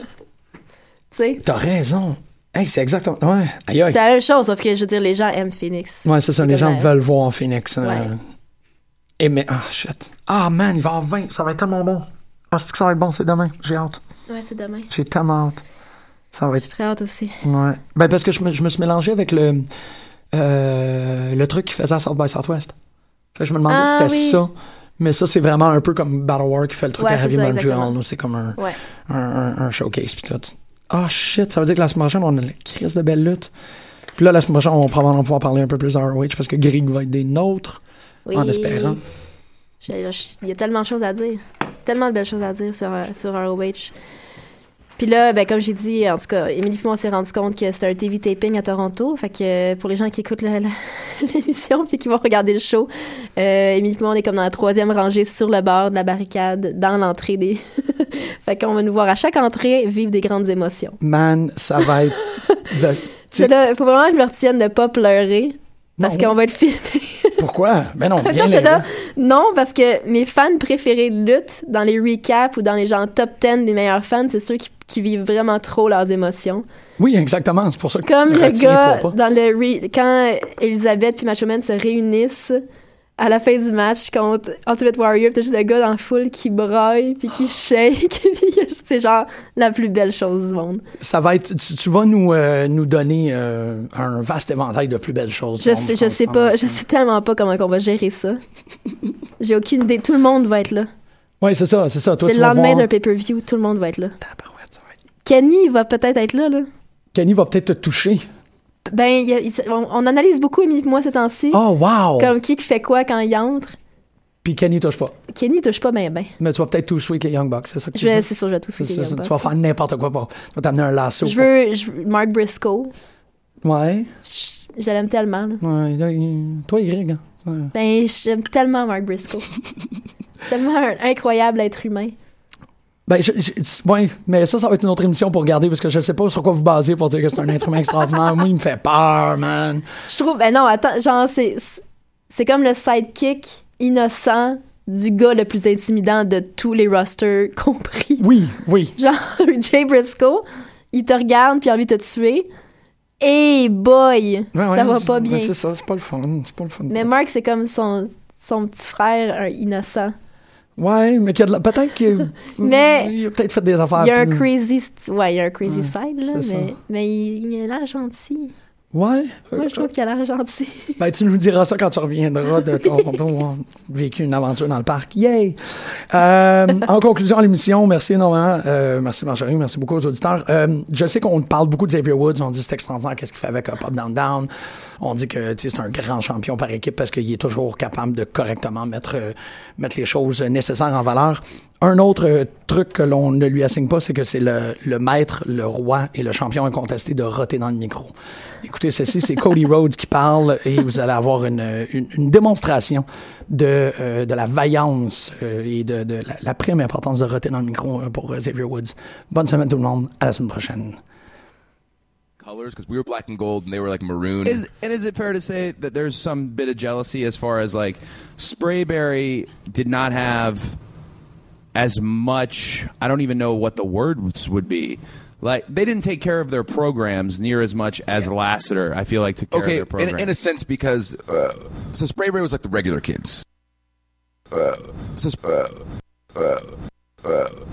Speaker 4: sais,
Speaker 3: T'as raison. Hey, c'est exactement. Ouais, aïe
Speaker 4: c'est
Speaker 3: aïe.
Speaker 4: la même chose, sauf que je veux dire, les gens aiment Phoenix.
Speaker 3: Ouais, c'est ça.
Speaker 4: c'est
Speaker 3: Les gens
Speaker 4: comme, euh,
Speaker 3: veulent voir Phoenix. euh,
Speaker 4: ouais.
Speaker 3: Et mais. Ah, shit. Ah, man, il va avoir 20. Ça va être tellement bon. Ah, c'est que ça va être bon, c'est demain. J'ai hâte.
Speaker 4: Ouais, c'est demain.
Speaker 3: J'ai tellement hâte. Ça va être.
Speaker 4: J'ai très hâte aussi.
Speaker 3: Ouais. Ben, parce que je me, je me suis mélangé avec le. euh, le truc qu'il faisait à South by Southwest. Fait que je me demandais
Speaker 4: Ah,
Speaker 3: si c'était
Speaker 4: oui.
Speaker 3: ça. Mais ça, c'est vraiment un peu comme Battle War qui fait le truc
Speaker 4: Ouais,
Speaker 3: à
Speaker 4: c'est
Speaker 3: Heavy
Speaker 4: ça,
Speaker 3: Montreal.
Speaker 4: exactement.
Speaker 3: là. C'est comme un,
Speaker 4: Ouais.
Speaker 3: un, un- un showcase. Puis tout. Ah, shit, ça veut dire que la semaine prochaine, on a la crise de belle lutte. Puis là, la semaine prochaine, on va probablement pouvoir parler un peu plus de ROH parce que Grig va être des nôtres.
Speaker 4: Oui.
Speaker 3: En espérant.
Speaker 4: J'ai- j'ai- Il y a tellement de choses à dire. Tellement de belles choses à dire sur, euh, sur ROH. Puis là, ben, comme j'ai dit, en tout cas, Émilie et moi, on s'est rendu compte que c'était un TV taping à Toronto. Fait que euh, pour les gens qui écoutent la- la- l'émission puis qui vont regarder le show, euh, Émilie et moi, on est comme dans la troisième rangée sur le bord de la barricade, dans l'entrée des... fait qu'on va nous voir à chaque entrée vivre des grandes émotions.
Speaker 3: Man, ça va être. the- Tu-
Speaker 4: Puis Là, faut vraiment que je me retienne de pas pleurer parce
Speaker 3: Non.
Speaker 4: qu'on va être filmé.
Speaker 3: Pourquoi? Ben non,
Speaker 4: Attends,
Speaker 3: bien
Speaker 4: j'étais là.
Speaker 3: là.
Speaker 4: Non, parce que mes fans préférés de lutte, dans les recaps ou dans les gens top 10 des meilleurs fans, c'est ceux qui, qui vivent vraiment trop leurs émotions.
Speaker 3: Oui, exactement. C'est pour ça que tu-
Speaker 4: Comme le
Speaker 3: retiens-toi
Speaker 4: gars
Speaker 3: pas.
Speaker 4: dans le re- quand Elisabeth puis Macho Man se réunissent à la fin du match contre Ultimate Warrior, pis t'as juste le gars dans la foule qui braille puis
Speaker 3: Ah.
Speaker 4: qui shake, puis c'est genre la plus belle chose du monde.
Speaker 3: Ça va être. Tu, tu vas nous, euh, nous donner euh, un vaste éventail de plus belles choses.
Speaker 4: Je
Speaker 3: On-
Speaker 4: sais, je
Speaker 3: on-
Speaker 4: sais
Speaker 3: on-
Speaker 4: pas, je sais tellement pas comment on va gérer ça. J'ai aucune idée. Tout le monde va être là.
Speaker 3: Oui, c'est ça, c'est ça. Toi,
Speaker 4: C'est
Speaker 3: tu
Speaker 4: le
Speaker 3: vas
Speaker 4: lendemain
Speaker 3: voir-
Speaker 4: d'un pay-per-view, tout le monde va être là.
Speaker 3: Tabarouette, ça va être-
Speaker 4: Kenny va peut-être être là, là.
Speaker 3: Kenny va peut-être te toucher.
Speaker 4: Ben, il y a- il- on, on analyse beaucoup, Émilie et moi, ces temps-ci.
Speaker 3: Oh, wow!
Speaker 4: Comme qui qui fait quoi quand il entre.
Speaker 3: Puis Kenny touche pas.
Speaker 4: Kenny touche pas ben ben.
Speaker 3: Mais tu vas peut-être toucher avec les Young Bucks, c'est ça que
Speaker 4: Je
Speaker 3: tu
Speaker 4: vais,
Speaker 3: dis?
Speaker 4: c'est sûr, je vais tout
Speaker 3: C'est
Speaker 4: souhaiter.
Speaker 3: ça,
Speaker 4: Young
Speaker 3: Tu
Speaker 4: Bucks.
Speaker 3: vas faire n'importe quoi pour. Tu vas t'amener un lasso.
Speaker 4: Je veux, je veux- Mark Briscoe.
Speaker 3: pour- Ouais.
Speaker 4: Je, je l'aime tellement. là.
Speaker 3: ouais là, il- Toi, Y. hein. Ouais.
Speaker 4: Ben, j'aime tellement Mark Briscoe. c'est tellement un incroyable être humain.
Speaker 3: Ben, je, je- ouais, mais ça, ça va être une autre émission pour regarder parce que je sais pas sur quoi vous basez pour dire que c'est un être humain extraordinaire. Moi, il me fait peur, man.
Speaker 4: Je trouve. Ben non, attends, genre, c'est, c'est- c'est comme le sidekick innocent du gars le plus intimidant de tous les rosters compris.
Speaker 3: Oui, oui.
Speaker 4: Genre, Jay Briscoe, il te regarde puis il a envie de te tuer. Hey boy!
Speaker 3: Ouais, ouais,
Speaker 4: ça va
Speaker 3: c'est-
Speaker 4: pas bien.
Speaker 3: ouais, c'est ça, c'est pas le fun. C'est pas le fun.
Speaker 4: Mais Mark, c'est comme son, son petit frère, un innocent.
Speaker 3: Ouais, mais qu'il y a de la- peut-être qu'il
Speaker 4: Mais-
Speaker 3: il a peut-être fait des affaires.
Speaker 4: Il y a un
Speaker 3: plus-
Speaker 4: crazy, st- ouais, il y a un crazy
Speaker 3: Ah, Ouais,
Speaker 4: side, là,
Speaker 3: c'est
Speaker 4: mais,
Speaker 3: ça.
Speaker 4: mais il, il a l'air gentil.
Speaker 3: Ouais.
Speaker 4: Moi, je trouve qu'il a l'air gentil.
Speaker 3: Ben, tu nous diras ça quand tu reviendras de Toronto où on a vécu une aventure dans le parc. Yay! Euh, en conclusion à l'émission, merci énormément. Euh, merci Marjorie, merci beaucoup aux auditeurs. Euh, je sais qu'on parle beaucoup de Xavier Woods, on dit c'est extraordinaire qu'est-ce qu'il fait avec Up Up Down Down. On dit que tu sais, c'est un grand champion par équipe parce qu'il est toujours capable de correctement mettre, euh, mettre les choses nécessaires en valeur. Un autre euh, truc que l'on ne lui assigne pas, c'est que c'est le, le maître, le roi et le champion incontesté de roter dans le micro. Écoutez, ceci, c'est Cody Rhodes qui parle et vous allez avoir une, une, une démonstration de, euh, de la vaillance euh, et de, de la, la prime importance de roter dans le micro euh, pour euh, Xavier Woods. Bonne semaine tout le monde, à la semaine prochaine.
Speaker 6: colors because we were black and gold and they were like maroon.
Speaker 7: Is, and is it fair to say that there's some bit of jealousy as far as like Sprayberry did not have as much? I don't even know what the words would be. Like they didn't take care of their programs near as much as Lassiter. I feel like took care of
Speaker 6: okay,
Speaker 7: their
Speaker 6: in,
Speaker 7: programs.
Speaker 6: in a sense, because uh, so Sprayberry was like the regular kids. Uh, so uh, uh, uh,